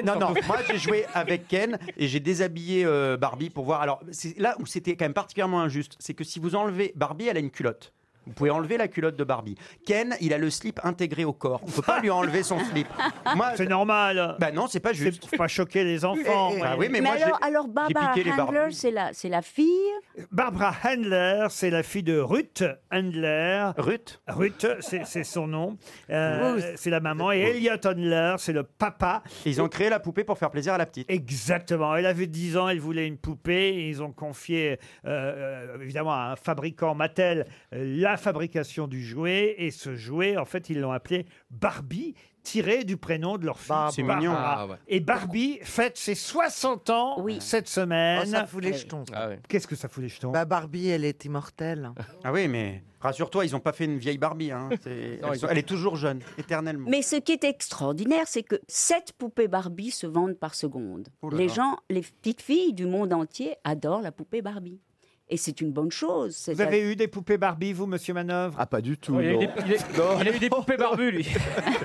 Non, non, moi j'ai joué avec Ken et j'ai déshabillé euh, Barbie pour voir. Alors c'est là où c'était quand même particulièrement injuste, c'est que si vous enlevez Barbie, elle a une culotte. Vous pouvez enlever la culotte de Barbie. Ken, il a le slip intégré au corps. On peut pas lui enlever son slip. Moi, C'est normal. Bah non, c'est pas juste. Faut pas choquer les enfants. Eh, eh, Bah voyez. oui, mais moi, alors, j'ai- alors j'ai Barbara piqué les Handler, Barbies. c'est la, c'est la fille. Barbara Handler, c'est la fille de Ruth Handler. Ruth Ruth, c'est c'est son nom. Euh, c'est la maman. Et Elliot Handler, c'est le papa. Ils ont créé la poupée pour faire plaisir à la petite. Exactement. Elle avait 10 ans, elle voulait une poupée. Et ils ont confié, euh, euh, évidemment, à un fabricant Mattel euh, la fabrication du jouet. Et ce jouet, en fait, ils l'ont appelé Barbie, tiré du prénom de leur fille. C'est mignon. Barbara. Ah ouais. Et Barbie fête ses 60 ans cette semaine. Oh, ça fout les jetons. ça. Qu'est-ce que ça fout les jetons Bah, Barbie, elle est immortelle. Ah oui, mais rassure-toi, ils n'ont pas fait une vieille Barbie. hein. C'est- Non, elles ils sont- ont- Elle est toujours jeune, éternellement. Mais ce qui est extraordinaire, c'est que sept poupées Barbie se vendent par seconde. Oh là Les là. gens, les petites filles du monde entier adorent la poupée Barbie. Et c'est une bonne chose. c'est Vous un- avez eu des poupées Barbie, vous, monsieur Manœuvre Ah, pas du tout. Oh, il, a eu non. des, il a- Non. il a eu des poupées barbues, lui.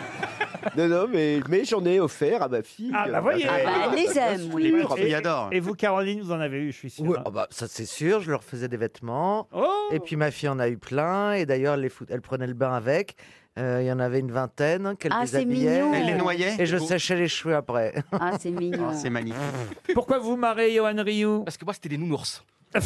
Non, non, mais, mais j'en ai offert à ma fille. Ah, bah, voyez. Ah, bah, elle les aime, oui. Bien sûr. Et- Et vous, Caroline, vous en avez eu, je suis sûr. hein. Oh Oui, oh bah, ça c'est sûr, je leur faisais des vêtements. Et puis ma fille en a eu plein, et d'ailleurs elle, les fout- elle prenait le bain avec. Euh, Il y en avait une vingtaine hein, qu'elle Ah, c'est déshabillait. mignon. Elle les noyait Et je C'est beau. séchais les cheveux après. Ah, c'est mignon. C'est magnifique. Pourquoi vous marrez, Johan Rioux Parce que moi, c'était des nounours. Et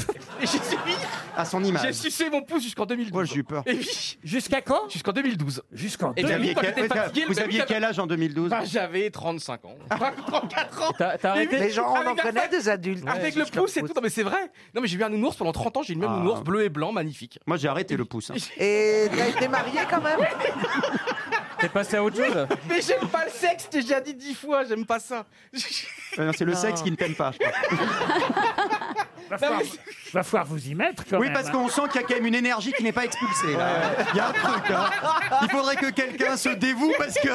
j'ai subi à son image. J'ai sucé mon pouce jusqu'en 2012. Moi, j'ai eu peur. Et puis, Jusqu'à quand jusqu'en 2012. Jusqu'en Et Vous j'avais- aviez quand quel, j'étais fatigué, le vous samedi, aviez quel âge en 2012 Bah, j'avais 35 ans. 34 ans. T'as- t'as Et arrêté oui, Les gens, on avec en la connaît fête, des adultes. Avec le pouce et tout. Non, mais c'est vrai. Non, mais j'ai eu un nounours pendant 30 ans. J'ai eu le même Ah. nounours bleu et blanc, magnifique. Moi, j'ai arrêté le pouce. hein. Et t'as été mariée quand même T'es passé à autre chose Mais j'aime pas le sexe. J'ai déjà dit 10 fois. J'aime pas ça. Euh, non, c'est le sexe qui ne peine pas. je crois. Va falloir, va falloir vous y mettre quand Oui, même. parce qu'on sent qu'il y a quand même une énergie qui n'est pas expulsée. là. Il y a un truc. hein. Il faudrait que quelqu'un se dévoue parce que.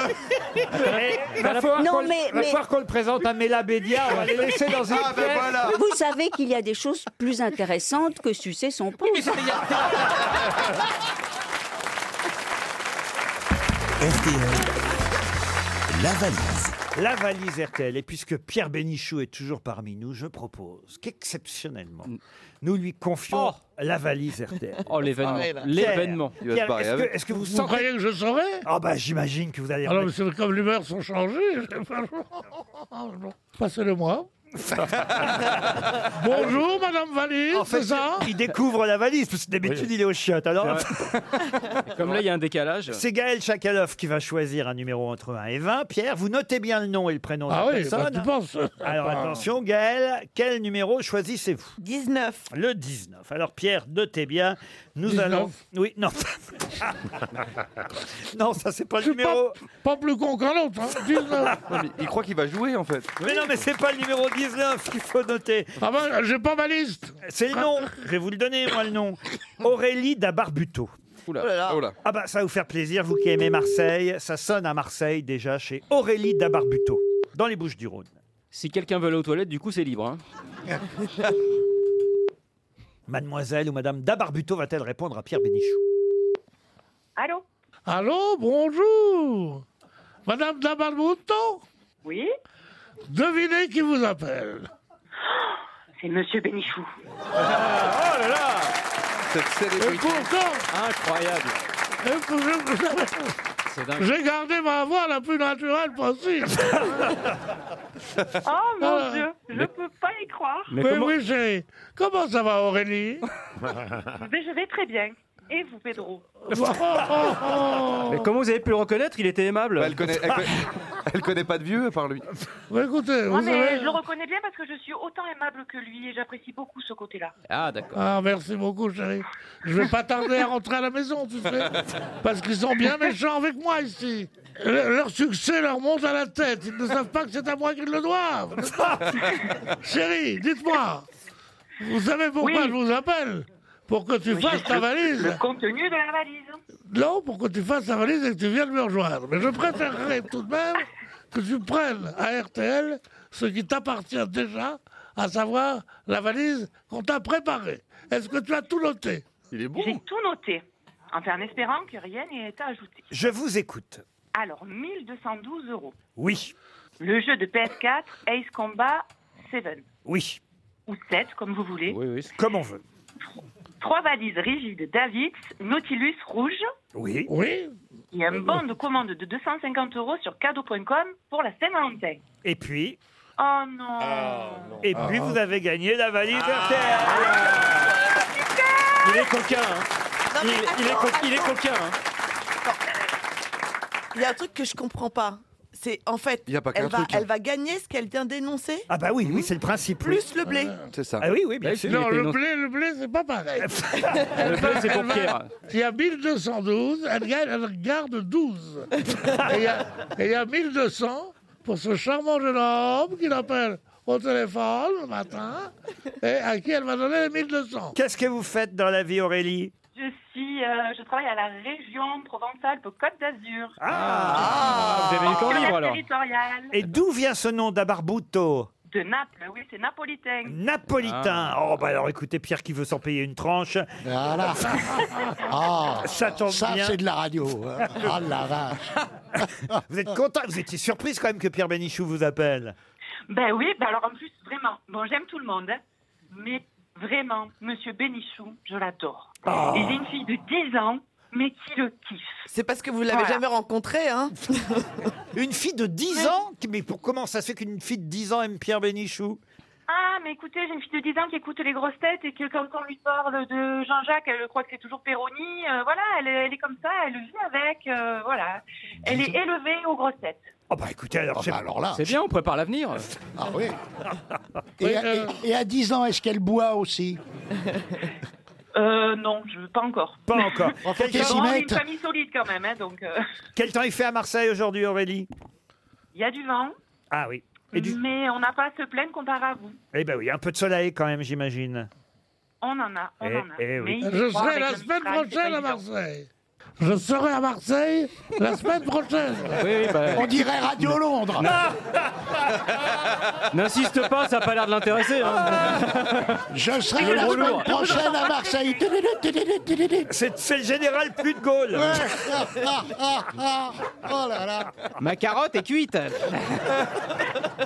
Eh, va falloir Non, qu'on le- mais- va mais- falloir qu'on le présente à Mela Bédia. On va les laisser dans une Ah, ben pièce. voilà. Vous savez qu'il y a des choses plus intéressantes que sucer son pouce. La valise. La valise RTL. Et puisque Pierre Bénichou est toujours parmi nous, je propose qu'exceptionnellement, nous lui confions la valise RTL. Mm. Oh, l'événement. Pierre, L'événement. Pierre, est-ce que, est-ce que vous, Vous sentez... croyez que je saurais Ah bah j'imagine que vous allez... Alors, mais c'est comme les mœurs sont changées. Passez-le moi. Bonjour, Madame Valise, c'est ça Il découvre la valise, parce que d'habitude, il est au chiottes. Alors, Comme là, il y a un décalage. c'est Gaël Chakalov qui va choisir un numéro entre 1 et 20. Pierre, vous notez bien le nom et le prénom Ah de la oui, bah, personne. tu penses. Alors, Ah. attention, Gaël, quel numéro choisissez-vous 19. Le 19. Alors, Pierre, notez bien. Nous 19. allons. Oui, non. non, ça, c'est pas le numéro. Pas plus con qu'un autre. hein. 19. il croit qu'il va jouer, en fait. Mais non, mais c'est pas le numéro 19 qu'il faut noter. Ah ben, j'ai pas ma liste. C'est le nom. Je vais vous le donner, moi, le nom. Aurélie Dabarbuto. Oh là là. Oh là. Ah bah, ça va vous faire plaisir, vous qui aimez Marseille. Ça sonne à Marseille, déjà, chez Aurélie Dabarbuto, dans les Bouches-du-Rhône. Si quelqu'un veut aller aux toilettes, du coup, c'est libre. hein. Mademoiselle ou Madame Dabarbuto va-t-elle répondre à Pierre Bénichou Allô Allô, bonjour. Madame Dabalbouto Oui Devinez qui vous appelle. C'est Monsieur Bénichou. oh là là Cette Et pourtant, Incroyable. et pour- je- C'est j'ai gardé ma voix la plus naturelle possible. Oh Ah. mon Dieu, je peux pas y croire. Mais, oui, chérie. Comment ça va, Aurélie Mais je vais très bien. Et vous, Pedro Mais comment vous avez pu le reconnaître Il était aimable. elle, connaît, pas de vieux à part lui. Bah, Écoutez, Moi, vous mais savez- je le reconnais bien parce que je suis autant aimable que lui et j'apprécie beaucoup ce côté-là. Ah, d'accord. Ah, merci beaucoup, chérie. Je vais pas tarder à rentrer à la maison, tu sais. Parce qu'ils sont bien méchants avec moi ici. Le- leur succès leur monte à la tête. Ils ne savent pas que c'est à moi qu'ils le doivent. n'est-ce pas chérie, dites-moi. Vous savez pourquoi Oui. je vous appelle Pour que tu Oui, fasses Ah, ta le- valise. Le contenu de la valise. Non, pour que tu fasses ta valise et que tu viennes me rejoindre. Mais je préférerais tout de même que tu prennes à RTL ce qui t'appartient déjà, à savoir la valise qu'on t'a préparée. Est-ce que tu as tout noté Il est J'ai tout noté. Enfin, en espérant que rien n'ait été ajouté. Je vous écoute. Alors, 1212 euros. Oui. Le jeu de PS4, Ace Combat 7. Oui. Ou 7, comme vous voulez. Comme on veut. Trois valises rigides Davids, Nautilus rouge. Oui. Oui. Il y a un bon de commande de 250 euros sur cadeau.com pour la Saint-Valentin. Et puis Oh non Ah. Ah, Et puis, vous avez gagné la valise Ah. RTL. Il est coquin. Il, il est, co- il est coquin. hein. Il y a un truc que je comprends pas. C'est en fait, Il y a pas qu'un elle, va, truc, hein. elle va gagner ce qu'elle vient d'énoncer. Ah bah oui, oui, c'est le principe. oui. Plus le blé. C'est ça. Ah oui, oui, bien sûr. Non, Bah, le blé, le blé, c'est pas pareil. Le blé, c'est pour Elle va- Pierre. Il y a 1212, elle, gagne- elle garde 12. et il y a- et il y a 1200 pour ce charmant jeune homme qui l'appelle au téléphone le matin et à qui elle va donner les 1200. Qu'est-ce que vous faites dans la vie, Aurélie Je suis, euh, je travaille à la région Provence-Alpes-Côte d'Azur. Ah, vous avez du temps Carrière libre, alors. territoriale. Et d'où vient ce nom d'Abarbuto De Naples, oui, c'est napolitain. Napolitain. Oh, bah alors écoutez, Pierre qui veut s'en payer une tranche. Voilà. Ah, ça tombe ça, bien. c'est de la radio. hein. Ah la vache. Vous êtes content Vous étiez surprise quand même que Pierre Bénichou vous appelle. Ben oui, ben alors en plus, vraiment, bon, j'aime tout le monde, hein, mais vraiment, Monsieur Bénichou, je l'adore. Il est une fille de 10 ans, mais qui le kiffe. Ah. C'est parce que vous l'avez Voilà. jamais rencontré, hein Une fille de 10 ans Qui- Mais pour, comment ça se fait qu'une fille de 10 ans aime Pierre Bénichou Ah, mais écoutez, j'ai une fille de 10 ans qui écoute les grosses têtes et que quand on lui parle de Jean-Jacques, elle croit que c'est toujours Péroni. euh, voilà, elle, est- elle est comme ça, elle vit avec, euh, voilà. Elle est élevée aux grosses têtes. Oh bah écoutez, alors, c'est... là. C'est bien, on prépare l'avenir. Ah oui. Et, à- et- et à 10 ans, est-ce qu'elle boit aussi Euh, non, je pas encore. Pas encore. Parce que Quel temps, vraiment, c'est une famille solide quand même, hein, donc euh, quel temps il fait à Marseille aujourd'hui, Aurélie il y a du vent, Ah oui. Et du... mais on n'a pas à se plaindre comparé à vous. Eh ben oui, un peu de soleil quand même, j'imagine. On en a, on Eh- en a. eh oui. Mais il Je faut croire serai la avec le semaine Mistral, c'est pas prochaine à évident. Marseille. Je serai à Marseille la semaine prochaine. Oui, oui, bah- On dirait Radio Londres. N'insiste pas, ça n'a pas l'air de l'intéresser. hein. Je serai Le la gros semaine lourd. prochaine à Marseille. C'est c'est le général plus de Gaulle. Ouais. Ah, ah, ah. Oh là là. Ma carotte est cuite.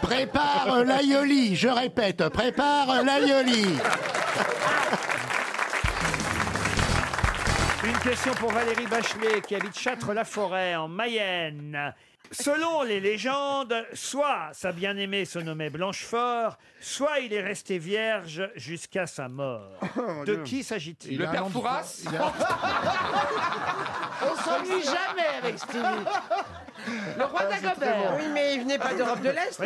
Prépare euh, l'aïoli, je répète, prépare euh, l'aïoli. Une question pour Valérie Bachelet qui habite Châtres-la-Forêt en Mayenne. Selon les légendes, soit sa bien-aimée se nommait Blanchefort, soit il est resté vierge jusqu'à sa mort. De Dieu. qui s'agit-il Le père Fouras On s'ennuie jamais avec Stevie. Le Ah, roi d'Agobert. Oui, mais il venait pas d'Europe de l'Est.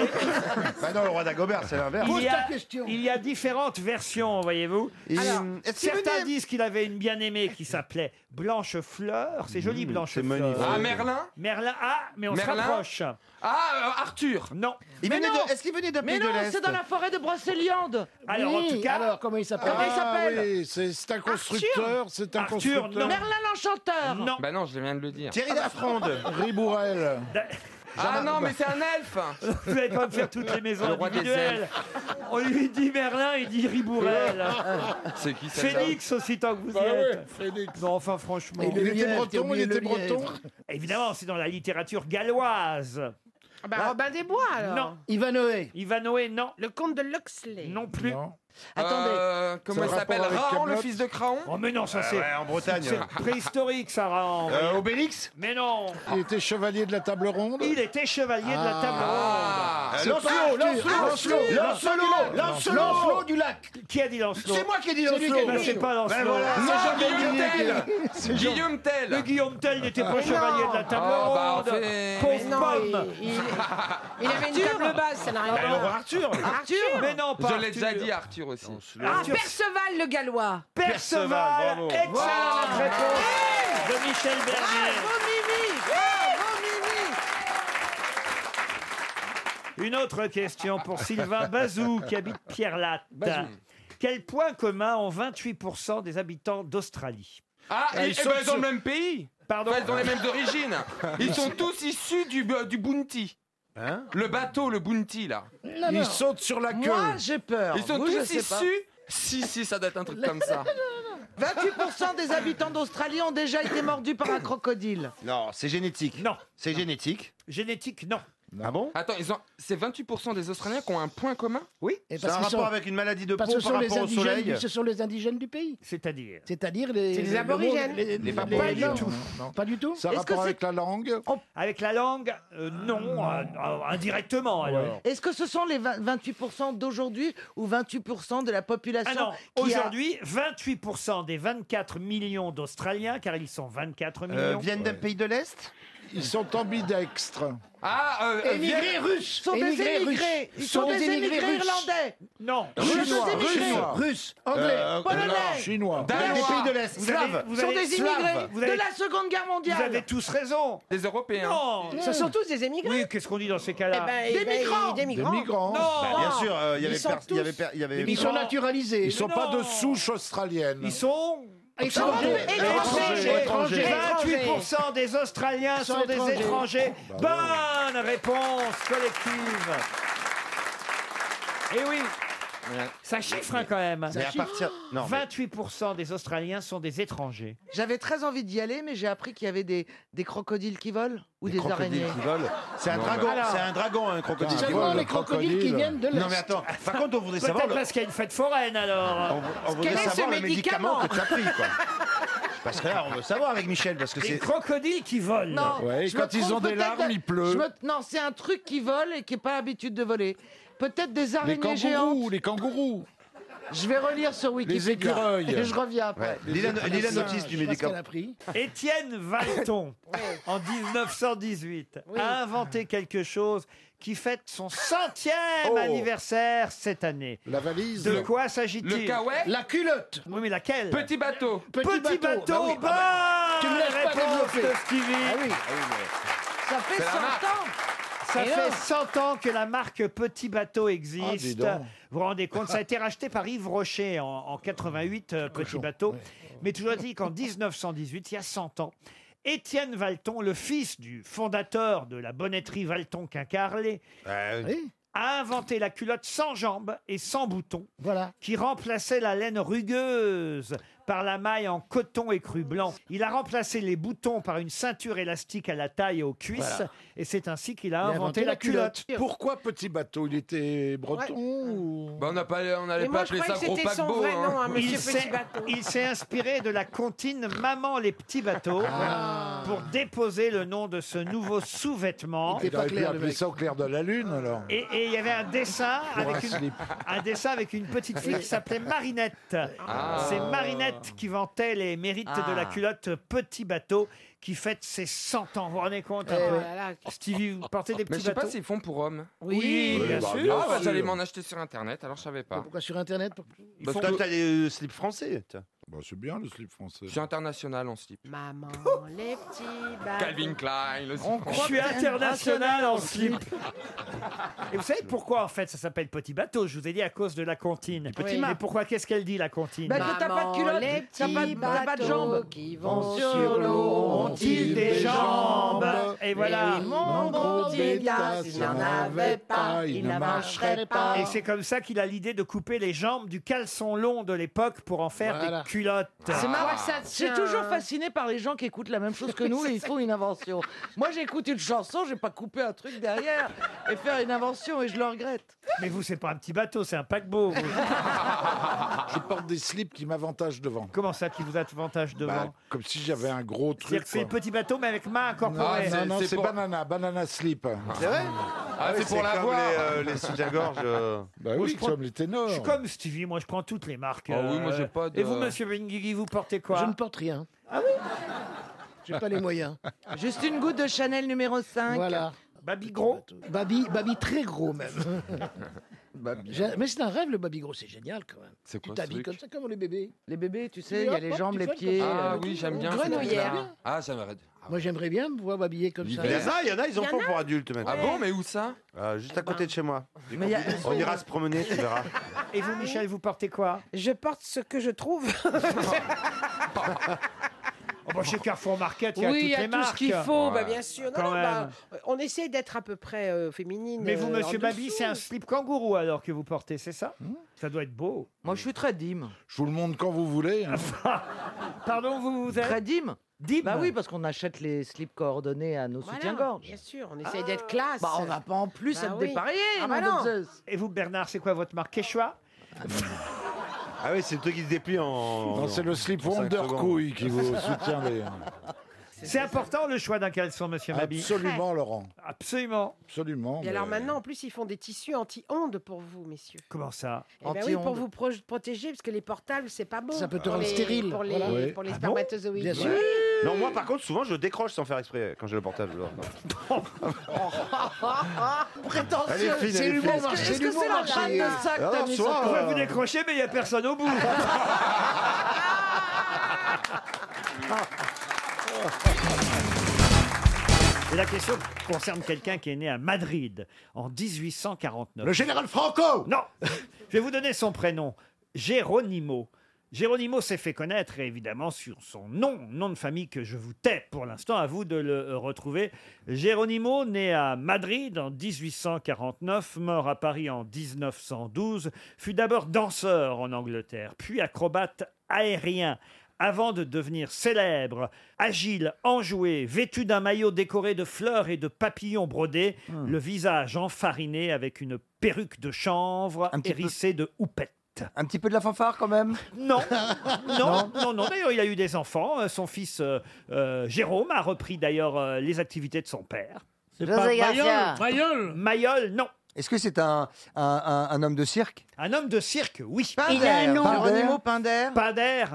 Bah non, le roi d'Agobert, c'est l'inverse. Il y, a, il y a différentes versions, voyez-vous. Alors, certains disent euh, qu'il avait une bien-aimée qui s'appelait Blanche Fleur. Mmh, C'est joli, Blanche Fleur. magnifique. Ah, Merlin Merlin, ah, mais on Merlin se rapproche. Ah, euh, Arthur Non. Il venait de- est-ce qu'il venait d'un Mais pays de non, l'Est c'est dans la forêt de Brocéliande. Alors, en tout cas- alors, comment il s'appelle Ah Comment il s'appelle oui, c'est c'est un constructeur, c'est un constructeur. Merlin l'Enchanteur. Non. Bah non, je viens de le dire. Thierry Lafronde. Ribourel. Ah non, mais c'est un elfe Vous n'allez pas me faire toutes les maisons Le roi des individuelles. On lui dit Merlin, il dit Ribourel. C'est qui ça Phoenix aussi tant que vous Bah y êtes. ouais, Non, enfin franchement. Il Il était était breton, breton, il était breton. Euh, Évidemment, c'est dans la littérature galloise. Bah, Robin des Bois, alors. Non. Ivanoé. Ivanoé, non. Le comte de Loxley. Non plus. Attendez. Euh, comment il s'appelle Raon, le fils de Craon Oh mais non, ça Euh, c'est. ouais, en Bretagne. C'est préhistorique, ça, Raon. Euh, Obélix Mais non. Il était chevalier de la table ronde. Il était chevalier de la table Ah. ronde. Euh, Lancelot, Lancelot, Lancelot, Lancelot, Lancelot, Lancelot du lac. Qui a dit Lancelot C'est moi qui ai dit C'est lui Lancelot. Ben, C'est pas Lancelot. Ben voilà. Non, C'est Jean-Guillaume Guillaume Tell. Tell. C'est Jean- Guillaume Tell Le Guillaume Tell n'était pas Mais chevalier non. de la table Ah, Oh, bah, ronde. enfin. Pauvre pomme. Il avait une table basse, ça n'a Ah, rien à voir. Bah, Arthur. Arthur Ah, Mais non, pas Je l'ai déjà Arthur. dit, Arthur aussi. Ah, Perceval le Gallois. Perceval, Perceval, bravo. excellente Wow. réponse de Michel Bernier. Bravo Mimi Bravo Mimi Une autre question pour Sylvain Bazou, qui habite Pierre-Latte. Quel point commun ont 28% des habitants d'Australie Ah, Ah, et- ils eh sont ben, ils ont sur- le même pays Pardon Enfin, Ils ont les mêmes origines Ils sont tous issus du, euh, du Bounty Le bateau, le Bounty, là Non, Il non. saute sur la queue. Moi, j'ai peur. Ils sont Vous, je tous sais pas. issus Si, si, ça doit être un truc comme ça 28% des habitants d'Australie ont déjà été mordus par un crocodile. Non, Oh, c'est génétique. Non. C'est génétique. Génétique, non. Ah bon Attends, ils ont... c'est 28% des Australiens qui ont un point commun Oui Et parce C'est qu'ils un rapport sont- avec une maladie de peau Parce que ce par sont, les rapport au indigènes soleil. du, ce sont les indigènes du pays. C'est-à-dire C'est-à-dire les. C'est les le- le aborigènes. monde- les- Les les- aborigènes. les- Pas du non, tout. non, Pas du tout. Ça a Est-ce que rapport c'est- avec la langue. Avec la langue, euh, Oh. non, euh, euh, indirectement alors. Est-ce que ce sont les 20 28% d'aujourd'hui ou 28% de la Ah population non, qui a- aujourd'hui, 28% des 24 millions d'Australiens, car ils sont 24 millions, viennent d'un pays de l'Est Ils sont ambidextres. Ah, euh, Émigrés Vienne- russes. sont des Émigrés émigrés. russes. Ils sont, des émigrés, russes. irlandais. Non, Ils sont Chinois, des émigrés. Russes, Russes, Anglais, Euh, Polonais. non, Chinois. Danois. Des pays de l'Est. Vous avez- Slaves. vous Ils sont avez- des immigrés Vous avez- de la Seconde Guerre mondiale. Vous avez tous raison. Des Européens Non Euh, Ce sont tous des émigrés. Oui, qu'est-ce qu'on dit dans ces cas-là Eh ben, Des migrants. Des migrants. Non Bah, bien sûr, euh, il y Ils avait sont per- il y avait tous- per- il y avait- Ils sont naturalisés. Ils Mais sont pas non. de souche australienne. Ils sont... Étrangers. Étrangers. Étrangers. 28% des Australiens Ils sont sont des étrangers. étrangers. Bah Bonne réponse collective. Eh oui, ça chiffre hein, quand même. Mais à partir. Non, mais- 28% des Australiens sont des étrangers. J'avais très envie d'y aller, mais j'ai appris qu'il y avait des, des crocodiles qui volent ou des, crocodiles araignées. qui volent. C'est un Non, dragon, mais- c'est un dragon, un crocodile qui Seulement vole. les crocodiles qui viennent de l'Est. Non mais attends, par contre on voudrait savoir Peut-être le, parce qu'il y a une fête foraine alors. on, on voudrait Quel est ce savoir le médicament médicament que t'as pris quoi. Parce que là on veut savoir avec Michel parce que Des c'est crocodiles qui volent. Non, Ouais, je quand me ils trompe ont des peut-être larmes, de- il pleut. je me- Non, c'est un truc qui vole et qui n'est pas l'habitude de voler. Peut-être des Les araignées géantes. kangourous, les kangourous. Je vais relire sur Wikipédia. écureuils. Et je reviens après. Lis la- lis la notice du médicament. Étienne Valton, en 1918, a inventé quelque chose qui fête son centième Oh. anniversaire cette année. La valise. De quoi s'agit-il Le kawaii La culotte. Oui, mais laquelle Petit bateau Petit, bateau, bah oui, bonne bah, tu me laisses pas réponse développer. Ah de Stevie. Ça fait 100 ans. Ça Et fait non. 100 ans que la marque Petit Bateau existe. donc. vous vous rendez compte Ça a été racheté par Yves Rocher en, en 88, euh, Petit Bateau. Mais toujours dit qu'en 1918, il y a 100 ans, Étienne Valton, le fils du fondateur de la bonnetterie Valton Quincarlé, Oui, a inventé la culotte sans jambes et sans boutons voilà. qui remplaçait la laine rugueuse par la maille en coton écru blanc. Il a remplacé les boutons par une ceinture élastique à la taille et aux cuisses. Voilà. Et c'est ainsi qu'il a inventé la culotte. Pourquoi petit bateau Il était breton ou... Bah, on n'a pas- on n'allait Mais moi, pas je appeler croyais ça que gros c'était son paquebot. vrai hein. nom, hein, monsieur Il s'est- Il s'est inspiré de la comptine Maman les petits bateaux pour déposer le nom de ce nouveau sous-vêtement. Il aurait pu appeler ça au clair de la lune, alors. Et et il y avait un dessin, Pour avec un une, slip. un dessin avec une petite fille qui s'appelait Marinette. Ah. C'est Marinette qui vantait les mérites Ah. de la culotte Petit Bateau qui fête ses 100 ans. Vous vous rendez compte un Eh peu ouais. Stevie, vous portez des Mais petits je sais pas bateaux s'ils font pour hommes. Oui, Oui, bien bah, sûr. bien Ah, bah, sûr. j'allais m'en acheter sur internet, alors je savais pas. Pourquoi sur Internet Bah, font- toi, Toi, t'as des slips français. Bah, c'est bien le slip français. Je suis international en slip. Maman, les petits Ah, bateaux. euh, Calvin Klein, le slip On français. croit Je suis que c'est international en slip. Et vous savez pourquoi en fait ça s'appelle Petit Bateau Je vous ai dit à cause de la comptine. petits Et mâts. pourquoi Qu'est-ce qu'elle dit la comptine Bah, que t'as pas de culotte, les t'as pas de- petits t'as pas de bateaux jambes. qui vont sur l'eau ont-ils des jambes Et voilà. Mon bon petit gars, s'il n'en avait pas, il ne marcherait pas. Et c'est comme ça qu'il a l'idée de couper les jambes du caleçon long de l'époque pour en faire des culottes. C'est marrant, ça Je suis toujours fasciné par les gens qui écoutent la même chose que nous et ils font une invention. Moi, j'écoute une chanson, j'ai pas coupé un truc derrière et faire une invention et je le regrette. Mais vous, c'est pas un petit bateau, c'est un paquebot. vous. Je porte des slips qui m'avantagent devant. Bah, Comment ça, qui vous avantage devant Comme si j'avais un gros C'est-à-dire truc. que c'est le quoi. petit bateau, mais avec main Ah, incorporée. non, non, c'est banana, banana slip. C'est vrai Ah, oui, c'est pour la comme voir. les, euh, les soutiens-gorge, euh. Bah Moi, je oui, prends- comme les ténors. Je suis comme Stevie, moi je prends toutes les marques. euh, Ah oui, moi, j'ai pas de- Et vous, monsieur Benguigui, vous portez quoi Je ne porte rien. Ah oui J'ai pas les moyens. Juste une goutte de Chanel numéro 5. Voilà. Babi gros Babi, Babi très gros même. Bah, J'ai- Mais c'est un rêve le Babi gros, c'est génial quand même. C'est Tu quoi ce t'habilles comme truc ça, comme les bébés. Les bébés, tu sais, il y a les jambes, les pieds. Ah euh, oui, j'aime bien. grenouillère. ce truc-là. Ah, j'aimerais. Moi j'aimerais bien me voir m'habiller comme ça. Il y en a, il y en a, ils en font pour adultes maintenant. Ah bon, mais où ça Euh, Juste à côté de chez moi. Mais il y a- On ira se promener, tu verras. Et vous, Michel, vous portez quoi Je porte ce que je trouve. Oh, bah, Chez Carrefour Market, il y a Oui, toutes il y a les tout marques. ce qu'il faut, bah, bien sûr. Non, Quand non, bah, même. on essaie d'être à peu près euh, féminine. Mais vous, euh, monsieur en Babi, dessous. c'est un slip kangourou alors que vous portez, c'est ça Hmm Ça doit être beau. Moi, je suis très dîme. Je vous le montre quand vous voulez. hein. Pardon, vous, vous êtes Très dîme Dîme Bah oui, parce qu'on achète les slips coordonnés à nos Voilà, soutiens-gorge. bien sûr, on essaie Ah. d'être classe. Bah, on va pas en plus Bah être oui. dépareillé, Ah bah nom de non. Zeus. Et vous, Bernard, c'est quoi votre marque Quechua Ah oui, c'est le truc qui se déplie en. Non, c'est le slip Wonder Couille qui vous soutient euh, les. C'est important le choix d'un caleçon, monsieur Babi. Absolument, Laurent. Absolument. Absolument. Et alors mais- maintenant, en plus, ils font des tissus anti-ondes pour vous, messieurs. Comment ça Eh ben oui, pour vous pro- protéger, parce que les portables, c'est pas bon. Ça peut te Pour rendre les- stérile. Pour les, Voilà. pour Oui. les Ah bon spermatozoïdes. Bien sûr. Non, moi par contre, souvent je décroche sans faire exprès quand j'ai le portable. Elle est Prétentieux. fine, elle est fine. Est-ce que- est-ce que c'est la panne de sac que t'as Alors, mis soit, sur On euh, toi va vous décrocher, mais il n'y a personne au bout. Et la question concerne quelqu'un qui est né à Madrid en 1849. Le général Franco Non Je vais vous donner son prénom, Geronimo. Geronimo s'est fait connaître, et évidemment, sur son nom, nom de famille que je vous tais pour l'instant, à vous de le euh, retrouver. Geronimo, né à Madrid en 1849, mort à Paris en 1912, fut d'abord danseur en Angleterre, puis acrobate aérien avant de devenir célèbre, agile, enjoué, vêtu d'un maillot décoré de fleurs et de papillons brodés, Hmm. le visage enfariné avec une perruque de chanvre hérissée de houppette. Un petit peu de la fanfare quand même Non, non, non, non. D'ailleurs, il a eu des enfants. Euh, Son fils euh, euh, Jérôme a repris d'ailleurs euh, les activités de son père. C'est José pas Garcia. Mayol Mayol, non. Est-ce que c'est un, un, un- un homme de cirque Un homme de cirque, oui. Il a un nom. Geronimo Pinder.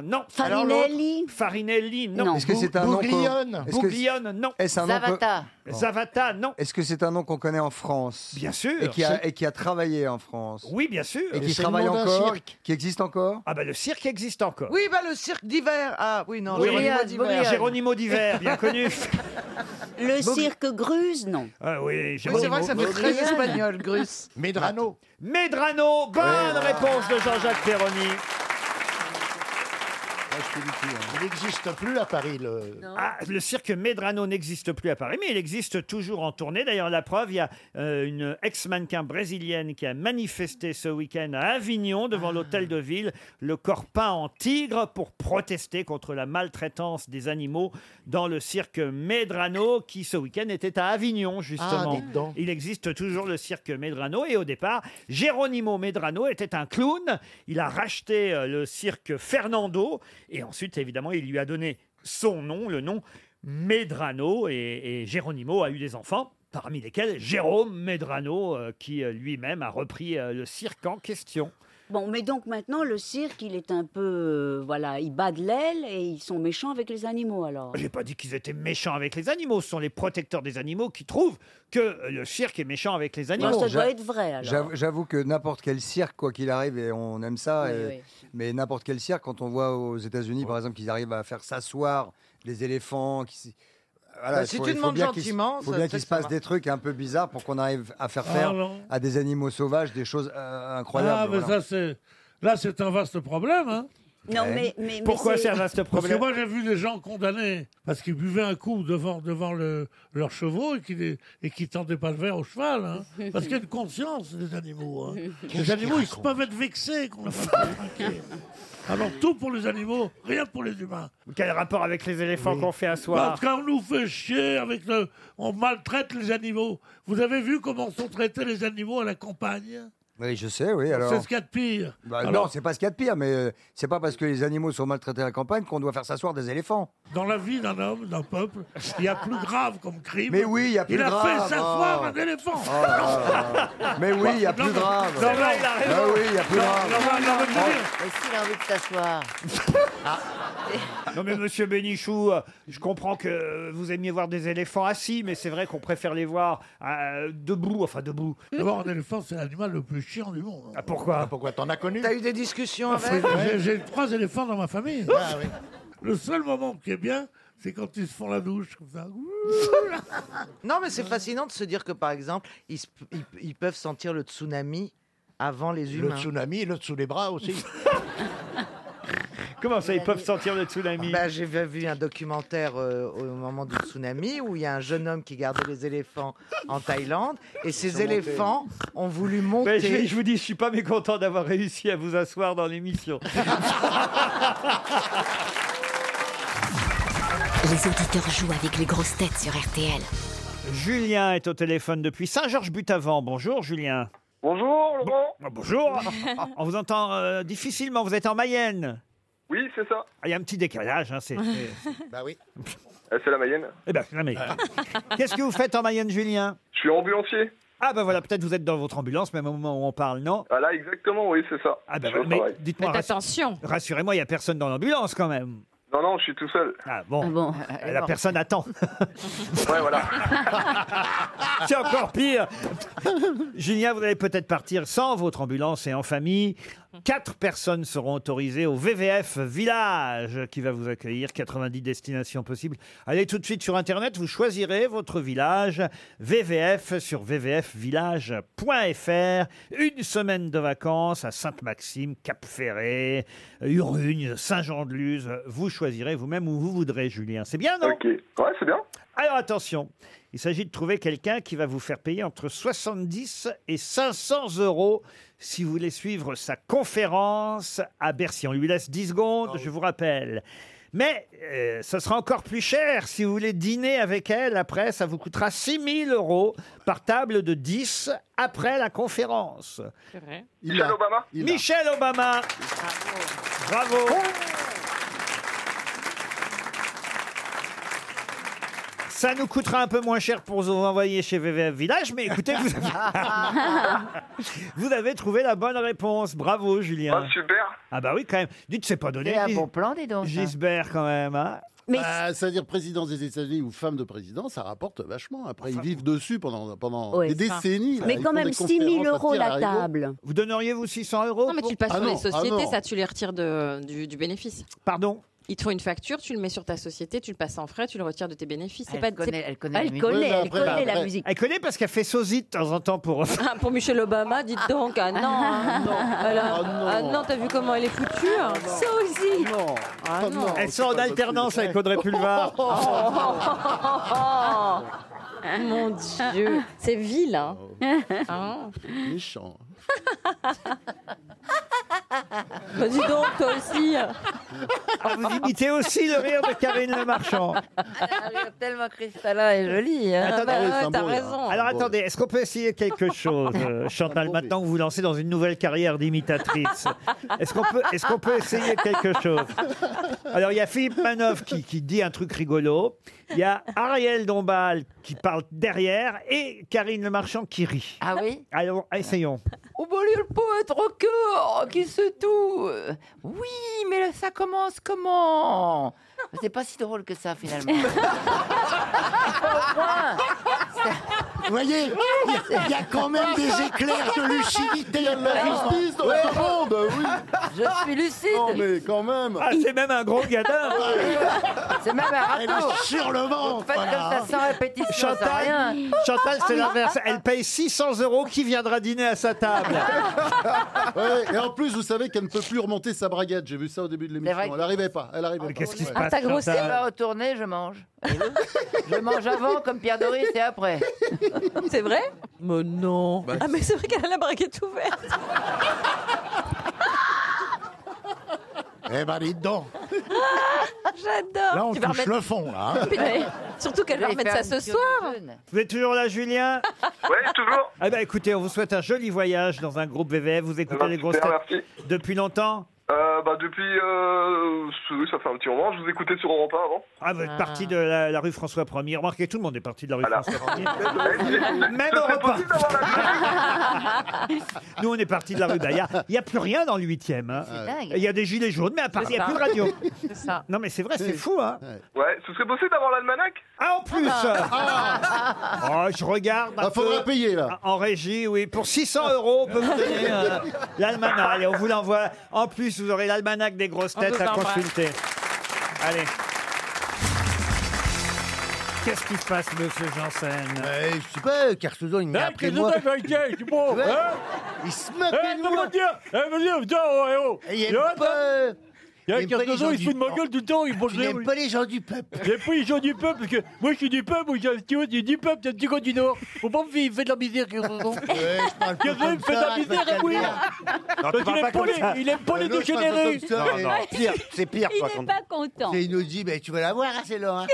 non. Farinelli. Alors l'autre Farinelli, non. Non. Est-ce que c'est un nom qu'on- Bouglione est-ce que- Bouglione, non. Est-ce un nom qu'on- Zavata. Bon. Zavata, non. Est-ce que c'est un nom qu'on connaît en France Bien sûr. Et qui, a, C'est- et qui a travaillé en France Oui, bien sûr. Et qui travaille encore Qui existe encore Ah bah le cirque existe encore. Oui, bah le cirque d'hiver. Ah oui, non. Geronimo d'hiver. Géronimo d'hiver, bien connu. Le Bobby. cirque Gruse, non. Ah oui, c'est vrai que ça fait très Bobby. espagnol, Grus. Medrano. Medrano, bonne réponse de Jean-Jacques Perroni. hein. Il n'existe plus à Paris. Le... Ah, le cirque Medrano n'existe plus à Paris, mais il existe toujours en tournée. D'ailleurs, la preuve, il y a euh, une ex-mannequin brésilienne qui a manifesté ce week-end à Avignon devant l'hôtel de ville, le corps peint en tigre pour protester contre la maltraitance des animaux dans le cirque Medrano qui ce week-end était à Avignon justement. dites donc. Il existe toujours le cirque Medrano et au départ, Geronimo Medrano était un clown. Il a racheté euh, le cirque Fernando et ensuite, évidemment, il lui a donné son nom, le nom Medrano et, et Geronimo a eu des enfants. Parmi lesquels Jérôme Medrano, euh, qui euh, lui-même a repris euh, le cirque en question. Bon, mais donc maintenant, le cirque, il est un peu. euh, voilà, il bat de l'aile et ils sont méchants avec les animaux alors. J'ai pas dit qu'ils étaient méchants avec les animaux. Ce sont les protecteurs des animaux qui trouvent que euh, le cirque est méchant avec les animaux. ça doit être vrai, alors. J'avoue- J'avoue que n'importe quel cirque, quoi qu'il arrive, et on aime ça, Oui, et- oui. mais n'importe quel cirque, quand on voit aux États-Unis, par exemple, qu'ils arrivent à faire s'asseoir les éléphants, qui s- Bah, il si faut- tu il faut demandes bien qu'il s- gentiment, faut ça- bien peut-être qu'il se ça passe va. des trucs un peu bizarres pour qu'on arrive à faire Ah, faire non. à des animaux sauvages des choses euh, incroyables. Ah, mais voilà. ça, c'est- Là, c'est un vaste problème. Hein Non, mais- mais- mais Pourquoi c'est- c'est un vaste problème Parce que moi, j'ai vu des gens condamnés parce qu'ils buvaient un coup devant, devant le- leurs chevaux et qu'ils et qu'ils tendaient pas le verre au cheval. hein. Parce qu'il y a une conscience des animaux. hein. Qu'est-ce Les qu'il animaux, ils raconte peuvent être vexés qu'on leur fasse trinquer. Alors, tout pour les animaux, rien pour les humains. Quel rapport avec les éléphants qu'on fait asseoir Parce qu'on nous fait chier avec le. On maltraite les animaux. Vous avez vu comment sont traités les animaux à la campagne Oui, je sais, oui. Alors... C'est ce qu'il y a de pire. Bah, Alors- non, c'est pas ce qu'il y a de pire, mais euh, c'est pas parce que les animaux sont maltraités à la campagne qu'on doit faire s'asseoir des éléphants. Dans la vie d'un homme, d'un peuple, il y a plus grave comme crime. Mais oui, il y a plus Il a grave. fait s'asseoir Oh. un éléphant. Oh là là là. Mais oui, il y a plus grave. Non, mais- Ah oui, il y a plus Non, grave. non, non, non, mais je veux dire, Mais s'il a envie de s'asseoir. Ah. Non mais monsieur Bénichou, euh, je comprends que euh, vous aimiez voir des éléphants assis, mais c'est vrai qu'on préfère les voir euh, debout, enfin debout. D'abord, Mmh. un éléphant, c'est l'animal le plus chiant du monde. Ah, pourquoi Pourquoi t'en as connu Ah, T'as eu des discussions avec J'ai j'ai trois éléphants dans ma famille. Le seul moment qui est bien, c'est quand ils se font la douche comme ça. Non, mais c'est fascinant de se dire que, par exemple, ils, se- ils- ils peuvent sentir le tsunami avant les humains. tsunami, l'autre sous les bras aussi. Comment ça, ils peuvent sentir le tsunami Bah, J'ai vu un documentaire euh, au moment du tsunami où il y a un jeune homme qui gardait les éléphants en Thaïlande et sont ces montés. éléphants ont voulu Mais Ben, je, monter. je vous dis, je suis pas mécontent d'avoir réussi à vous asseoir dans l'émission. Les auditeurs jouent avec les grosses têtes sur RTL. Julien est au téléphone depuis Saint-Georges-Butavant. Bonjour Julien. oh, Bonjour Laurent. Bonjour. On vous entend euh, difficilement, vous êtes en Mayenne. Oui, c'est ça. Ah, Il y a un petit décalage. Hein, c'est- c'est- Bah oui. c'est la Mayenne. Ah. Eh ben, c'est la Mayenne. Qu'est-ce que vous faites en Mayenne, Julien Je suis ambulancier. Ah ben voilà, peut-être vous êtes dans votre ambulance, même au moment où on parle, non Ah là, exactement, oui, c'est ça. Ah ben Je suis au voilà, mais travail. dites-moi, rassu- Rassurez-moi, il n'y a personne dans l'ambulance quand même. Non, non, je suis tout seul. Ah bon, elle est La morte. personne attend. Ouais, voilà. C'est encore pire. Julien, vous allez peut-être partir sans votre ambulance et en famille. Quatre personnes seront autorisées au VVF Village qui va vous accueillir. 90 destinations possibles. Allez tout de suite sur Internet, vous choisirez votre village. VVF sur vvfvillage.fr. Une semaine de vacances à Sainte-Maxime, Cap-Ferré, Urugne, Saint-Jean-de-Luz. Vous choisirez vous-même où vous voudrez, Julien. C'est bien, non Ok. Ouais, c'est bien. alors attention, il s'agit de trouver quelqu'un qui va vous faire payer entre 70 et 500 euros si vous voulez suivre sa conférence à Bercy. On lui laisse 10 secondes, Ah je vous rappelle. Mais euh, ça sera encore plus cher si vous voulez dîner avec elle après. Ça vous coûtera 6 000 euros par table de 10 après la conférence. Michel Obama. Michel Obama. Bravo. Ça nous coûtera un peu moins cher pour vous envoyer chez VVF Village, mais écoutez, vous Ah. avez, vous avez trouvé la bonne réponse. Bravo, Julien. Ah, super. Ah bah oui, quand même. Dites, c'est pas donné. C'est un Gis- bon plan, dis donc, ça. Gisbert, quand même. hein. Bah, C'est-à-dire président des États-Unis ou femme de président, ça rapporte vachement. Après, ils vivent dessus pendant, pendant Ouais, des c'est ça. décennies. là. Mais Ils quand font même des 6 000 conférences à euros la Antananarivo. table. Vous donneriez-vous 600 euros Non, mais tu le passes Ah sur non, les ah sociétés, non. ça, tu les retires de, du, du bénéfice. Pardon Ils te font une facture, tu le mets sur ta société, tu le passes en frais, tu le retires de tes bénéfices. C'est Elle pas- connaît- c'est- elle connaît la musique. Oui, mais après, bah, après- Elle connaît parce qu'elle fait sosie de temps en temps pour. Ah, pour Michelle Obama, dites donc, ah non, hein. Elle a- ah non, t'as vu comment elle est foutue hein. Sosie Ah non. Oh, Elles sont en alternance avec Audrey Pulvar. Oh. Mon Dieu, c'est vilain. Oh. Hein Méchant. Bah, dis donc, toi aussi. Ah, vous imitez aussi le rire de Karine Le Marchand. Tellement Cristallin est jolie. Hein. Attendez, Bah ouais, c'est un t'as bon rire. hein. raison. Alors attendez, est-ce qu'on peut essayer quelque chose, euh, Chantal, maintenant que vous vous lancez dans une nouvelle carrière d'imitatrice Est-ce qu'on peut, est qu'on peut essayer quelque chose Alors il y a Philippe Manoff qui, qui dit un truc rigolo, il y a Ariel Dombal qui parle derrière et Karine Le Marchand qui rit. Ah oui Alors essayons. Au lieu le poète encore qui se tout. Oui, mais là, ça commence comment C'est pas si drôle que ça finalement. Au moins, Vous voyez, il y a- il y, a quand même des éclairs de lucidité. Il y a de là. la justice dans Ouais. ce monde, oui. Je suis lucide. Non, mais quand même. Ah, c'est même un gros gadin. C'est même un Elle râteau. est sur le ventre, Faites voilà. comme ça sans répétition, ça Chantal, rien. Ah, Chantal c'est l'inverse. Elle paye 600 euros, qui viendra dîner à sa table Ouais, et en plus, vous savez qu'elle ne peut plus remonter sa braguette. J'ai vu ça au début de C'est vrai l'émission. que- Elle n'arrivait pas. Elle arrivait pas. Qu'est-ce qui se Ah, t'as grossi Chantal va retourner, je mange. je mange avant comme Pierre Doris et après. C'est vrai Mais non. Ah, mais c'est vrai qu'elle a la braguette ouverte. Eh ben, dis donc. J'adore. Là, on Tu vas touche remettre- le fond, là. hein. Putain, Surtout qu'elle Je va vais remettre faire ça ce une cure soir. Vous êtes toujours là, Julien Oui, toujours. Eh ben, écoutez, on vous souhaite un joli voyage dans un groupe VVF. Vous écoutez les grosses super, têtes depuis longtemps Euh, bah depuis, euh, oui, ça fait un petit moment. Je vous écoutais sur Europe 1 avant. ah, vous êtes parti de la, la rue François 1er. Remarquez, tout le monde est parti de la rue François 1er. Ah, Même Europe 1. Nous, on est parti de la rue Bayard. Il n'y a plus rien dans le 8e. hein. dingue. Il y a des gilets jaunes, mais à Paris, il n'y a plus de radio. C'est ça. Non, mais c'est vrai, c'est fou. Hein. Ouais, ce serait possible d'avoir l'almanach Ah, en plus Ah. Oh, je regarde. Il faudra payer, là. En régie, oui. Pour 600 euros, on peut vous donner euh, l'almanach. Allez, on vous l'envoie. En plus, vous aurez l'almanach des grosses On têtes vous à embrasse. consulter. Allez. Qu'est-ce qui se passe, monsieur Janssen Euh, Ouais, je sais pas, Carsozon, il Eh, m'a appelé moi. Ouais. Hein Il se moque Eh, de moi. oh, Eh, Il aime hein. pas... Il y a aime pas les 15 gens ans, il se du- fout de ma gueule tout le temps, il mange Il aime pas les gens du peuple. Il aime pas les gens du peuple, parce que moi je suis du peuple, moi je suis un petit haut, je suis du peuple, c'est un petit con du Nord. Faut pas me faire, il fait de la misère, Kersozon. Kersozon, il me fait de la misère, et oui. Parce qu'il aime pas les- il aime pas les dégénérés. Non, non, pire, c'est pire. Il toi, est quand- pas content. Et Il nous dit, mais tu vas la voir, hein, c'est là.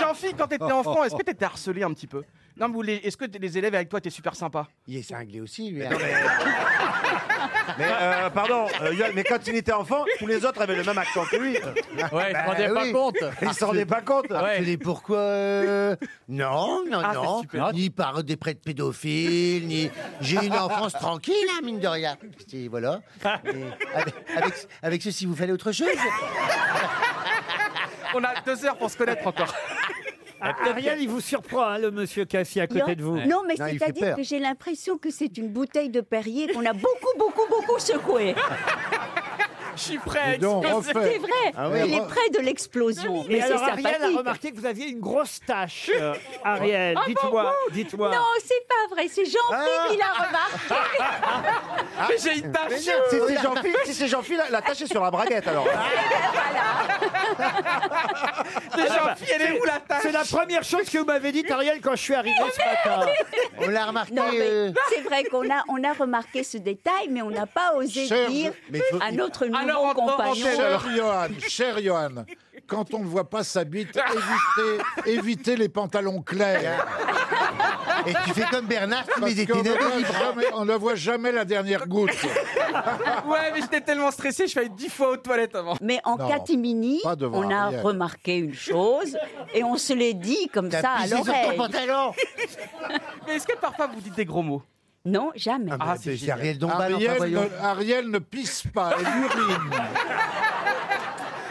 Jean-Philippe, quand t'étais enfant, est-ce que t'étais harcelé un petit peu Non, mais vous, les- est-ce que t- les élèves avec toi étaient super sympas Il est cinglé aussi, hein. lui. Mais euh, pardon, euh, Yoann, mais quand il était enfant, tous les autres avaient le même accent que lui. Ouais, il Bah s'en rendait pas compte. Il s'en rendait pas compte. Ouais. Et pourquoi euh, Non, non, Ah, non. c'est super. Ni par des prêtres pédophiles, ni. J'ai une enfance tranquille, hein, mine de rien. C'est- Voilà. Et avec, avec, avec ceci, vous fallait autre chose Ah. On a deux heures pour se connaître encore. Ah, Ariel, il vous surprend, hein, le monsieur Cassis à Non, côté de vous. non, mais C'est-à-dire que j'ai l'impression que c'est une bouteille de Perrier qu'on a beaucoup, beaucoup, beaucoup secouée. Je suis prêt. C'est vrai, Ah il est près de l'explosion. Et Mais c'est alors, Ariel a sympathique. remarqué que vous aviez une grosse tache, euh, Ariel. Ah, dites-moi, beaucoup. dites-moi. Ah, Non, c'est pas vrai, c'est Ah. Jean-Philippe qui l'a remarqué. Ah, Mais j'ai une tache. Mais non, si c'est Jean-Phil, si c'est Jean-Phil, la- la tâche est sur la braguette alors. Mais Jean-Philippe, elle est où la tache bah, C'est la première chose que vous m'avez dit, Ariel, quand je suis arrivé ce matin. On l'a remarqué. Non, mais euh, c'est vrai qu'on a, on a remarqué ce détail, mais on n'a pas osé Serge, dire mais faut- à notre nouveau Alors, en- en- en- compagnon. Cher Johan, cher Johan, quand on ne voit pas sa bite, évitez, évitez les pantalons clairs. Et tu fais comme Bernard, tu mets Parce des qu'on ne ténèbres voit libres. jamais- on ne voit jamais la dernière goutte. Ouais, mais j'étais tellement stressé, je faillis dix fois aux toilettes avant. Mais en Non, catimini, pas devant on a Ariel. remarqué une chose et on se l'est dit comme ça à l'oreille. Mais est-ce que parfois vous dites des gros mots Non, jamais. Ah, c'est génial. Ariel, ne, Ariel ne pisse pas, elle urine.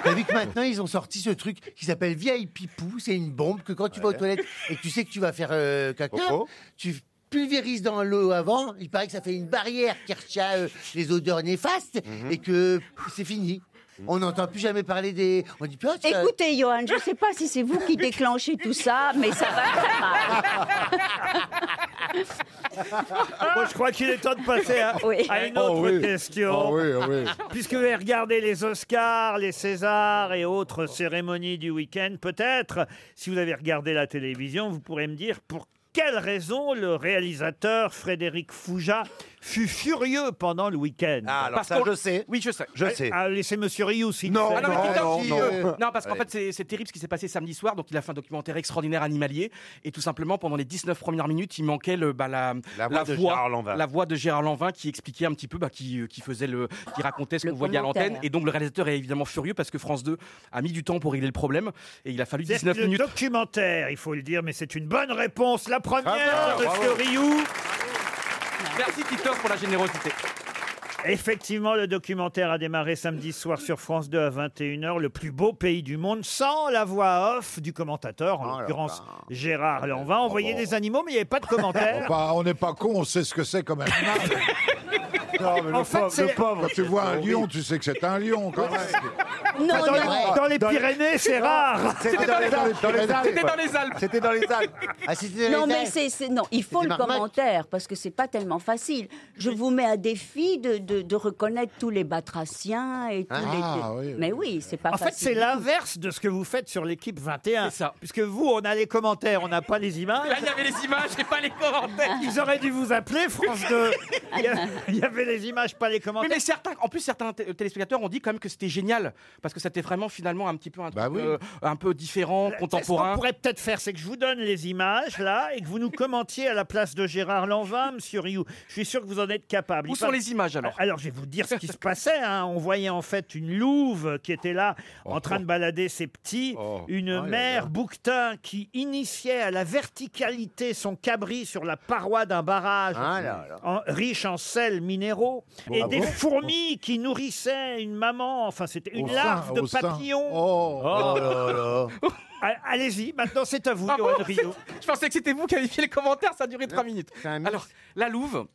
T'as vu que maintenant ils ont sorti ce truc qui s'appelle Oh, vieille pipou, c'est une bombe que quand tu vas aux toilettes et que tu sais que tu vas faire euh, caca, tu pulvérise dans l'eau avant, il paraît que ça fait une barrière qui retient euh, les odeurs néfastes et que c'est fini. On n'entend plus jamais parler des. On dit plus. ah, c'est- Écoutez, Johan, je ne sais pas si c'est vous qui déclenchez tout ça, mais ça va très mal. Ah, Moi, je crois qu'il est temps de passer à, Oui. à une autre Oh oui. Oh question. oui, oh oui. Puisque vous avez regardé les Oscars, les Césars et autres cérémonies du week-end, peut-être, si vous avez regardé la télévision, vous pourrez me dire pour quelle raison le réalisateur Frédéric Fouja fut furieux pendant le week-end. Ah, alors Parce ça, qu'on- je sais. Oui, je sais. Je sais. laissez Euh, Monsieur Rioux, s'il sait. Ah non, mais putain, si, euh, non, parce qu'en fait, c'est- c'est terrible ce qui s'est passé samedi soir. Donc, il a fait un documentaire extraordinaire animalier. Et tout simplement, pendant les 19 premières minutes, il manquait le, bah, la, La voix de Gérard Lanvin. la voix de Gérard Lanvin qui expliquait un petit peu, bah, qui, euh, qui faisait le, qui racontait ce qu'on voyait à commentaire. l'antenne. Et donc, le réalisateur est évidemment furieux parce que France 2 a mis du temps pour régler le problème. Et il a fallu C'est 19 le minutes. documentaire, il faut le dire, mais c'est une bonne réponse. La première, Bravo, Monsieur bravo. Rioux. Merci, Titoff, pour la générosité. Effectivement, le documentaire a démarré samedi soir sur France 2 à 21h, le plus beau pays du monde, sans la voix off du commentateur, en l'occurrence Gérard Lanvin. On voyait des animaux, mais il n'y avait pas de On n'est commentaire. pas- on n'est pas con, on sait ce que c'est quand même. Non, mais le En fait, pauvre- c'est- le pauvre, Quand tu vois un lion, tu sais que c'est un lion quand même. Non, Dans les- non. dans les Pyrénées, c'est rare. C'était dans les Alpes. C'était dans les Alpes. C'était dans les Alpes. Ah, Non, mais c'est, c'est- non, il faut des le marmottes. commentaire parce que c'est pas tellement facile. Je vous mets à défi de, de, de reconnaître tous les batraciens et tous Ah, les. oui, mais oui, c'est pas En facile. fait, c'est du tout. l'inverse de ce que vous faites sur l'équipe 21. C'est ça. Puisque vous, on a les commentaires, on n'a pas les images. Là, il y avait les images et pas les commentaires. Ils auraient dû vous appeler, France 2. Il y a- Il y avait les images, pas les Mais, commentaires. mais certains, en plus, certains té- téléspectateurs ont dit quand même que c'était génial parce que c'était vraiment finalement un petit peu un truc euh, un peu Euh, différent, Ce qu'on contemporain. pourrait peut-être faire, Bah c'est que je vous donne les images, là, et que vous nous commentiez à la place de Gérard Lanvin, monsieur Rioux. Je suis sûr que vous en êtes capable. Où Il sont par- les images, alors Alors, je vais vous dire ce qui se passait. hein. On voyait en fait une louve qui était là, Oh. en train de balader ses petits, une Ah, là, mère bouquetin qui initiait à la verticalité son cabri sur la paroi d'un barrage Ah, là, là. en- riche en sels minéraux, Bon, et ah des bon fourmis qui nourrissaient une maman. Enfin, c'était une Au larve sein, de au sein. papillon. Oh là là. A- Allez-y, maintenant c'est à vous, Ah bon Johan Rioux. Je pensais que c'était vous qui aviez fait les commentaires, ça a duré 3 minutes. Alors, la Louve.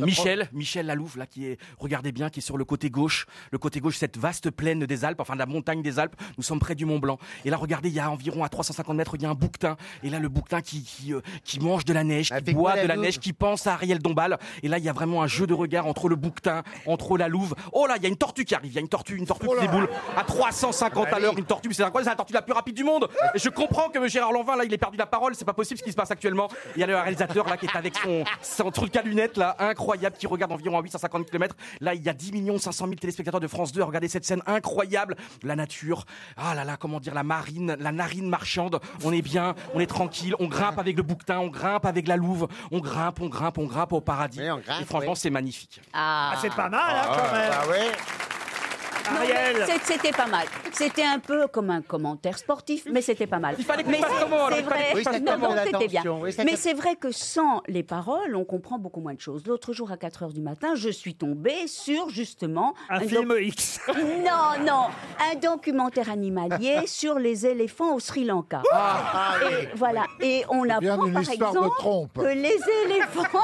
Michel, Michel Lalouve, là, qui est, regardez bien, qui est sur le côté gauche, le côté gauche, cette vaste plaine des Alpes, enfin de la montagne des Alpes, nous sommes près du Mont Blanc. Et là, regardez, il y a environ à 350 mètres, il y a un bouquetin. Et là, le bouquetin qui, qui, euh, qui mange de la neige, qui boit la de la Louve neige, qui pense à Ariel Dombal. Et là, il y a vraiment un jeu de regard entre le bouquetin, entre la Louve. Oh là, il y a une tortue qui arrive, il y a une tortue, une tortue qui déboule à 350 à l'heure, une tortue, c'est incroyable, c'est la tortue la plus rapide du monde. Et je comprends que Gérard Lanvin, là, il ait perdu la parole, c'est pas possible ce qui se passe actuellement. Il y a le réalisateur, là, qui est avec son, son truc à lunettes, là, incroyable, qui regarde environ à 850 km. Là, il y a 10 500 000 téléspectateurs de France 2 à regarder cette scène incroyable. La nature, ah là là, comment dire, la marine, la narine marchande. On est bien, on est tranquille, on grimpe avec le bouquetin, on grimpe avec la louve, on grimpe, on grimpe, on grimpe bah au paradis. Et franchement, c'est magnifique. Ah. Ah, c'est pas mal, hein, quand même. ah, Non, Ariel. mais c'est- C'était pas mal. C'était un peu comme un commentaire sportif, mais c'était pas mal. Il fallait qu'on fasse comment, alors, il fallait qu'on fasse non, comment, non, c'était bien. l'attention, oui, ça mais cap- c'est vrai que sans les paroles, on comprend beaucoup moins de choses. L'autre jour, à 4 h du matin, je suis tombée sur justement. Un film X. Non, non. Un documentaire animalier sur les éléphants au Sri Lanka. Ah, et oui. voilà. Et on bien apprend une par histoire de exemple trompe. que les éléphants,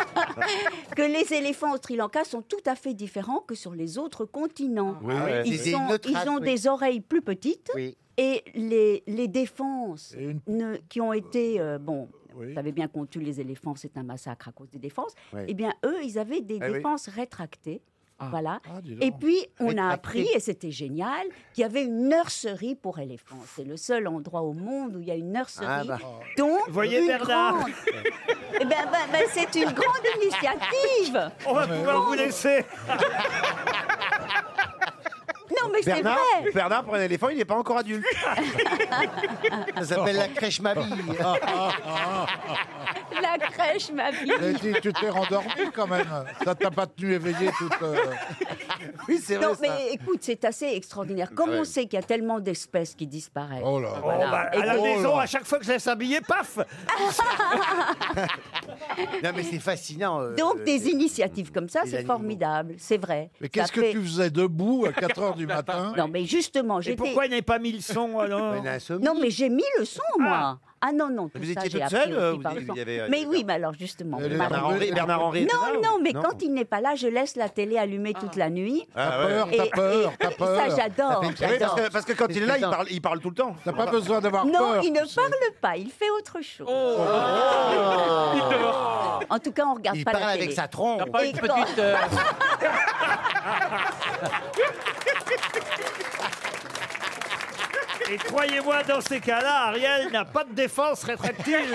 que les éléphants au Sri Lanka sont tout à fait différents que sur les autres continents. Oui, Ah ouais. Ils, C'est sont- une autre ils race, ont oui. des oreilles plus petites Oui. et les, les défenses ne- qui ont été euh, bon. Vous savez bien qu'on tue les éléphants, c'est un massacre à cause des défenses. Oui. Eh bien, eux, ils avaient des Eh oui. Ah. défenses rétractées. Voilà. dis donc. et puis, on a Rétractées. appris, et c'était génial, qu'il y avait une nurserie pour éléphants. C'est le seul endroit au monde où il y a une nurserie Ah bah. dont Voyez une Bernard. grande- Eh ben, ben, ben, c'est une grande initiative. On va pouvoir Oh. vous laisser. Non, mais c'est Bernard, vrai. Ah, Bernard pour un éléphant, il n'est pas encore adulte. Ça s'appelle la crèche ma vie. La crèche, ma vie. Mais dis, tu t'es rendormi quand même. Ça t'a pas tenu éveillé toute. euh, Oui, c'est Non, vrai, ça. mais écoute, c'est assez extraordinaire. Comme Ouais. on sait qu'il y a tellement d'espèces qui disparaissent. Oh là. Oh, bah, Et à la qu'on- maison, à chaque fois que je laisse un billet, paf Non, mais c'est fascinant. euh, Donc, euh, des initiatives comme ça, les c'est animaux. formidable, c'est vrai. Mais Ça qu'est-ce que fait- tu faisais debout à 4 h du matin Non, mais justement, Et j'étais. pourquoi il n'est pas mis le son alors Non, mais j'ai mis le son, moi. Ah, Ah non, non, tout Vous étiez ça, j'ai toute appris seule, aussi euh, vous par dites- enfant. il y avait, euh, Mais oui, mais alors justement. Euh, mon Bernard mari- Henry- Bernard Henry était là Non, ou- non, mais Non. quand il n'est pas là, je laisse la télé allumée toute la nuit. Ah Et- ouais. et- Ça, j'adore. Oui, parce, j'adore. que, parce que quand il est là, il parle, il parle tout le temps. T'as pas besoin d'avoir Non, il ne parle pas, il fait autre chose. Oh. En tout cas, on regarde Il pas la parle télé. avec sa trompe. T'as pas Et une quand- petite, euh, Et croyez-moi, dans ces cas-là, Ariel n'a pas de défense rétractile.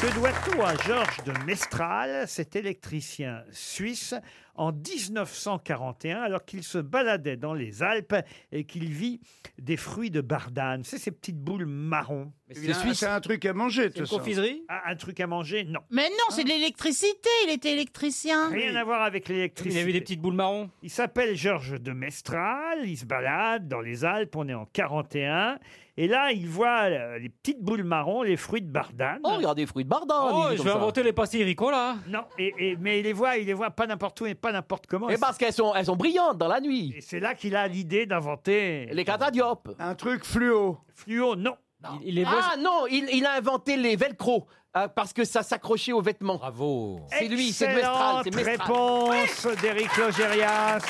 Que doit-on à Georges de Mestral, cet électricien suisse, en 1941, alors qu'il se baladait dans les Alpes et qu'il vit des fruits de bardane C'est ces petites boules marron. c'est C'est un- suisse. c'est un truc à manger, C'est tout une ça. confiserie Ah, Un truc à manger, non. Mais non, c'est de l'électricité, il était électricien. Rien à voir avec l'électricité. Il avait des petites boules marron. Il s'appelle Georges de Mestral, il se balade dans les Alpes, on est en 41. Et là, il voit euh, les petites boules marron, les fruits de bardane. Oh, regarde des fruits de bardane Oh, je vais inventer les pastilles Ricola. Non, et, et- mais il les voit, il les voit pas n'importe où et pas n'importe Eh comment. Et ben, parce qu'elles sont, elles sont brillantes dans la nuit. Et c'est là qu'il a l'idée d'inventer... Les catadiopes. Ah, Un truc fluo. Fluo, non. Il, ah non, il, il a inventé les velcro euh, parce que ça s'accrochait aux vêtements. Bravo. C'est lui, c'est Mestral. C'est Excellente Mestral. réponse d'Éric Logérias.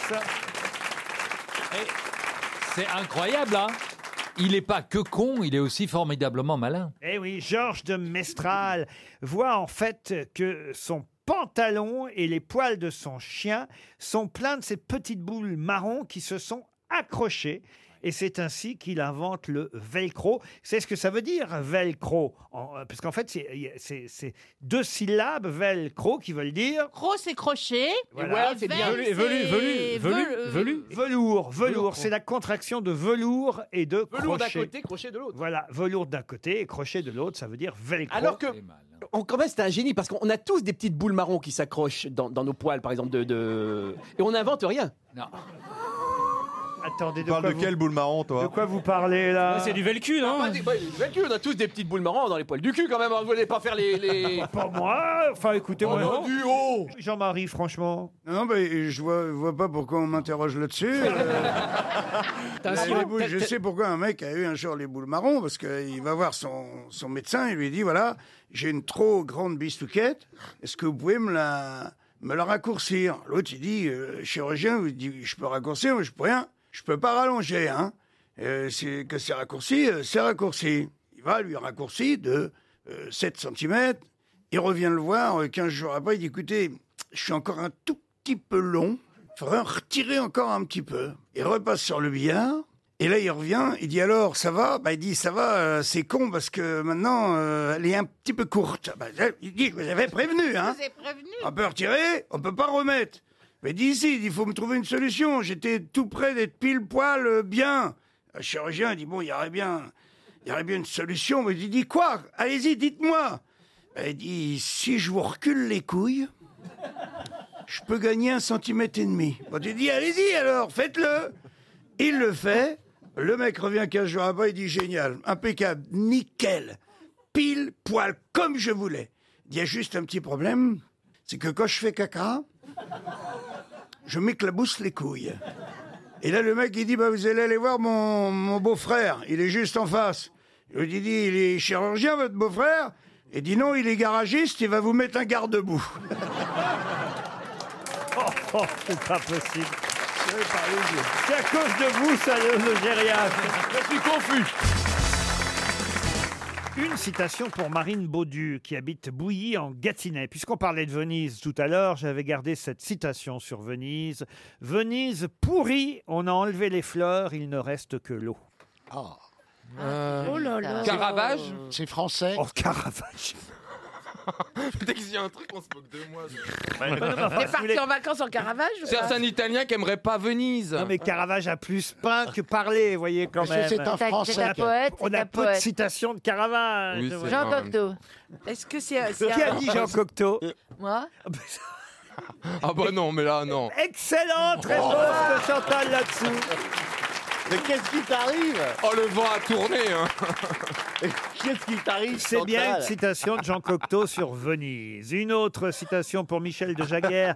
C'est incroyable, hein Il n'est pas que con, il est aussi formidablement malin. Eh oui, Georges de Mestral voit en fait que son pantalon et les poils de son chien sont pleins de ces petites boules marron qui se sont accrochées. Et c'est ainsi qu'il invente le velcro. C'est ce que ça veut dire, velcro. En- euh, parce qu'en fait, c'est- il y a- c'est c'est deux syllabes, velcro, qui veulent dire... Gros, c'est crochet. Ah, Voilà. Et vert, c'est velu- Velours, velours. C'est la contraction de velours et de Velours d'un crochet. côté, crochet de l'autre. Voilà, velours d'un côté et crochet de l'autre, ça veut dire velcro. Alors que, on, quand même, c'est un génie parce qu'on a tous des petites boules marron qui s'accrochent dans, dans nos poils, par exemple, de, de- et on n'invente rien. Attendez, de quoi vous- boule marron, toi De quoi vous parlez là Ouais, c'est du velcu, Ah, bah, du- bah, du velcro, on a tous des petites boules marron dans les poils du cul quand même. hein. Vous voulez pas faire les. les... Pour moi, enfin écoutez, Oh, moi, non, du Jean-Marie, franchement. Non, non, mais je vois, vois pas pourquoi on m'interroge là-dessus. Euh, T'as là, un les sou- boules, t'as- je t'as- sais pourquoi un mec a eu un jour les boules marron, parce qu'il va voir son, son médecin, il lui dit, voilà, j'ai une trop grande bistouquette, est-ce que vous pouvez me la, me la raccourcir L'autre, il dit, euh, chirurgien, il dit, je peux raccourcir, mais je peux rien, je peux pas rallonger, hein. Euh, c'est que c'est raccourci, euh, c'est raccourci. Il va lui raccourci de euh, 7 cm. Il revient le voir euh, 15 jours après. Il dit Écoutez, je suis encore un tout petit peu long. Il faudrait en retirer encore un petit peu. Il repasse sur le billard. Et là, il revient. Il dit Alors, ça va bah, Il dit Ça va, euh, c'est con parce que maintenant, euh, elle est un petit peu courte. Bah, il dit Je vous avais prévenu. Hein. Je vous ai prévenu. Ah On peut retirer, on peut pas remettre. Mais d'ici, il faut me trouver une solution. J'étais tout près d'être pile poil euh, bien. Le chirurgien dit bon, il y aurait bien, il y aurait bien une solution. Mais il dit quoi Allez-y, dites-moi. Il dit si je vous recule les couilles, je peux gagner un centimètre et demi. Bon, tu dis allez-y alors, faites-le. Il le fait. Le mec revient 15 jours après, il dit génial, impeccable, nickel, pile poil comme je voulais. Il y a juste un petit problème, c'est que quand je fais caca, je m'éclabousse les couilles. Et là, le mec, il dit, bah, vous allez aller voir mon, mon beau-frère, il est juste en face. Je lui dis, il est chirurgien, votre beau-frère Il dit, non, il est garagiste, il va vous mettre un garde-boue. Oh, c'est pas possible. C'est à cause de vous, ça, le Logérias. Je suis confus. Une citation pour Marine Baudu, qui habite Bouilly en Gâtinais. Puisqu'on parlait de Venise tout à l'heure, j'avais gardé cette citation sur Venise. Venise pourrie, on a enlevé les fleurs, il ne reste que l'eau. Oh là là. Caravage C'est français. Oh, Caravage. Dès qu'il y a un truc, on se moque de moi. Bah, T'es parti en vacances en Caravage ou pas Italien qui aimerait pas Venise. Non, mais Caravage a plus peint que parlé, vous voyez, quand Monsieur, même. c'est un On a- Français. on a- C'est un poète, On c'est a un peu de poète. citations de Caravage. Oui, c'est Voilà. vrai. Jean Cocteau. Est-ce que c'est. c'est Qui a un- dit Jean Cocteau Moi Ah bah non, mais là, non. Excellente réponse de Chantal là-dessous. Mais qu'est-ce qui t'arrive Oh, le vent a tourné hein. Qu'est-ce qui t'arrive C'est bien une Chantal citation de Jean Cocteau sur Venise. Une autre citation pour Michel de Jaguer,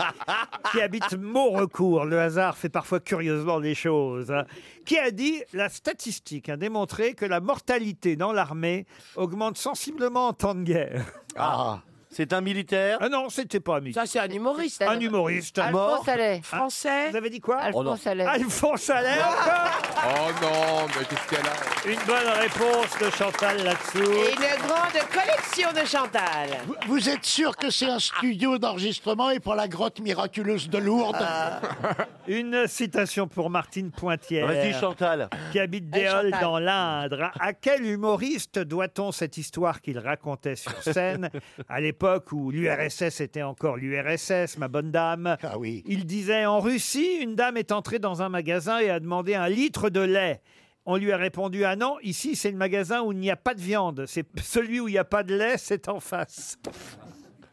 qui habite Maurecourt. Le hasard fait parfois curieusement des choses. hein. Qui a dit La statistique a démontré que la mortalité dans l'armée augmente sensiblement en temps de guerre. Ah c'est un militaire Ah non, c'était pas un militaire. Ça, c'est un humoriste. Un humoriste. Alphonse mort. Allais. Français. Vous avez dit quoi Alphonse Oh non. Allais. Alphonse Allais, encore Oh non, mais qu'est-ce qu'elle a Une bonne réponse de Chantal là-dessous. Et une grande collection de Chantal. Vous- Vous êtes sûr que c'est un studio d'enregistrement et pas la grotte miraculeuse de Lourdes Ah. Euh, Une citation pour Martine Pointière. Vas-y, Chantal. Qui habite Allez, Déol Chantal. dans l'Indre. À quel humoriste doit-on cette histoire qu'il racontait sur scène à l'époque où l'URSS était encore l'URSS, ma bonne dame Ah oui. Il disait En Russie, une dame est entrée dans un magasin et a demandé un litre de lait. On lui a répondu Ah non, ici c'est le magasin où il n'y a pas de viande. C'est celui où il n'y a pas de lait, c'est en face.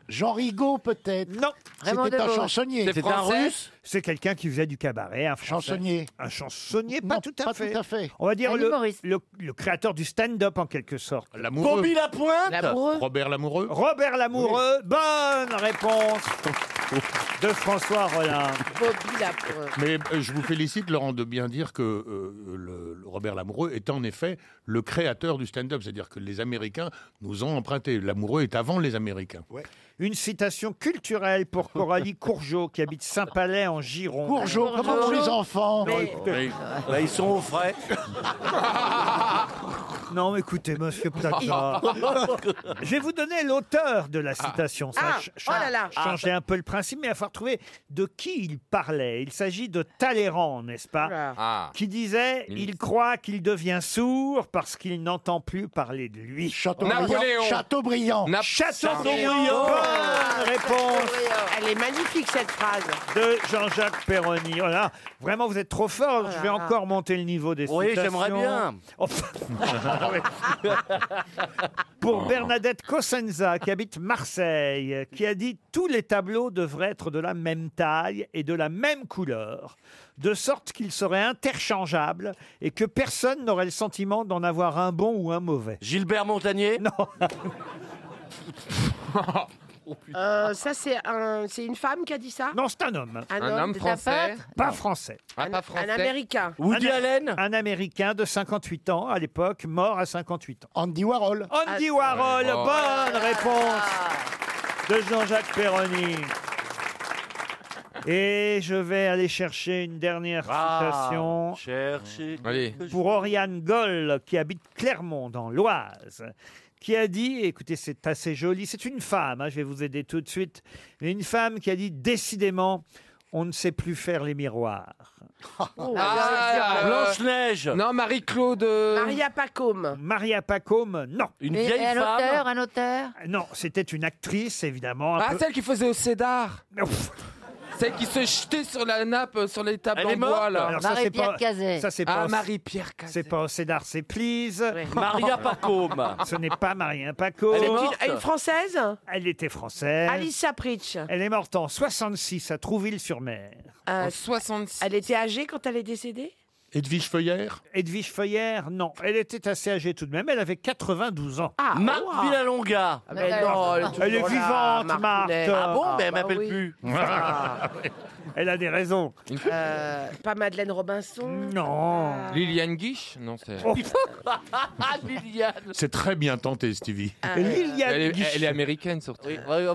Jean Rigaud, peut-être Non. Raymond C'était un Devos. chansonnier. C'est français C'est quelqu'un qui faisait du cabaret, un Français. Chansonnier. Un chansonnier, pas, tout, à pas fait. tout à fait. On va dire Un le, humoriste. le- le créateur du stand-up en quelque sorte. L'amoureux. Bobby Lapointe Robert Lamoureux Robert Lamoureux, bonne réponse de François Rollin. Bobby Lapointe. Mais euh, je vous félicite, Laurent, de bien dire que euh, le, le Robert Lamoureux est en effet le créateur du stand-up. C'est-à-dire que les Américains nous ont emprunté. Lamoureux est avant les Américains. Une citation culturelle pour Coralie Courgeot qui habite Saint-Palais en Gironde. Courgeot, comment vont les enfants Non, écoutez- Là, ils sont au frais. Non, mais écoutez, monsieur Plaza. je vais vous donner l'auteur de la citation. Ça, Ah, ch- oh là là. ch- changer un peu le principe, mais il va falloir trouver de qui il parlait. Il s'agit de Talleyrand, n'est-ce pas Ah. Qui disait Il croit qu'il devient sourd parce qu'il n'entend plus parler de lui. Napoléon. Chateaubriand. Chateaubriand. Nap- Chateaubriand. Bonne réponse Elle est magnifique cette phrase. de Jean-Jacques Perroni. Voilà, vraiment, vous êtes trop fort. je vais Oh là. encore monter le niveau des Oui, citations. j'aimerais bien. Oh, Pour Ah. Bernadette Cosenza, qui habite Marseille, qui a dit tous les tableaux devraient être de la même taille et de la même couleur, de sorte qu'ils seraient interchangeables et que personne n'aurait le sentiment d'en avoir un bon ou un mauvais. Gilbert Montagnier Non. Euh, ça, c'est un, c'est une femme qui a dit ça Non, c'est un homme. Un homme, c'est un peintre Pas français. Un- pas français. un Américain. Ah. Woody Allen Un Américain de 58 ans à l'époque, mort à 58 ans. Andy Warhol. Andy Ah, Warhol, ouais. bonne réponse de Jean-Jacques Perroni. Et je vais aller chercher une dernière Ah. Ah, citation Cherchez. pour Oriane Goll, qui habite Clermont, dans l'Oise, qui a dit, écoutez, c'est assez joli, c'est une femme, hein, je vais vous aider tout de suite, mais une femme qui a dit, décidément, on ne sait plus faire les miroirs. Ah, Blanche-Neige Non, Marie-Claude... euh, Maria Pacôme. Maria Pacôme, non. Une Et- hein vieille et un femme auteur, un auteur Non, c'était une actrice, évidemment. un Ah, peu- celle qui faisait au Cédar. Celle qui se jetait sur la nappe, euh, sur les tables Elle en est morte bois, là. Alors ça, c'est pas- Ça, c'est pas Ah, au- Marie-Pierre Cazet. C'est pas au Cédar, c'est Please. Maria Pacôme. Ce n'est pas Maria Pacôme. Elle est morte Elle est française Elle était française. Alice Sapritch. Elle est morte en 66 à Trouville-sur-Mer. Euh, Elle était âgée quand elle est décédée Edwige Feuillère Edwige Feuillère, non. Elle était assez âgée tout de même. Elle avait 92 ans. Ah, Marthe wow. Villalonga Ah, mais non, elle est toujours elle est là, vivante, Marthe. Marthe. Ah bon, mais elle Ah, m'appelle bah oui. plus. Ah. Elle a des raisons. Euh, Pas Madeleine Robinson Euh. Non. Liliane Guiche Non, c'est. Oh, Oh. Liliane. C'est très bien tenté, Stevie. Ah, elle, ouais. est, Liliane Guiche. elle est américaine, surtout.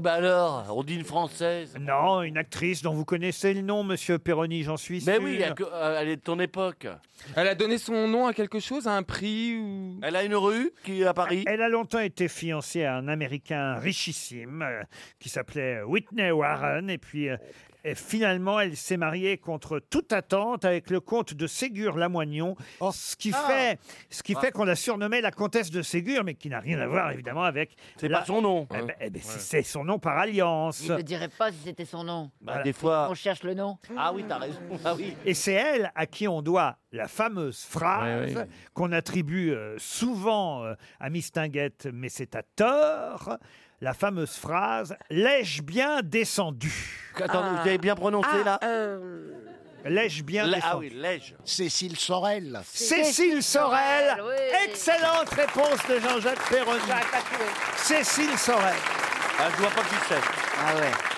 alors, on dit une française. Non, une actrice dont vous connaissez le nom, monsieur Perroni, j'en suis Ben Eh sûr. elle est de ton époque. Elle a donné son nom à quelque chose, à un prix ou... Elle a une rue qui est à Paris. Elle a longtemps été fiancée à un Américain richissime euh, qui s'appelait Whitney Warren. Et puis, euh, et finalement, elle s'est mariée contre toute attente avec le comte de Ségur-Lamoignon, ce qui Ah. fait, ce qui Ah. fait qu'on l'a surnommée la comtesse de Ségur, mais qui n'a rien à voir, évidemment, avec... C'est la- pas son nom. Eh ben, eh ben, c'est- C'est son nom par alliance. Il ne dirait pas si c'était son nom. Bah, des fois- On cherche le nom. Ah oui, t'as raison. Ah oui. Et c'est elle à qui on doit la fameuse phrase Ouais, ouais. qu'on attribue euh, souvent euh, à Mistinguette, mais c'est à tort. La fameuse phrase L'ai-je bien descendu Ah. Ah, euh, Lèche bien Lè- défendu. ah oui, lèche. Cécile Sorel. Cécile Sorel. Bah, Excellente réponse de Jean-Jacques Perroni. Cécile Sorel. Ah, je vois pas qui c'est. Ah ouais.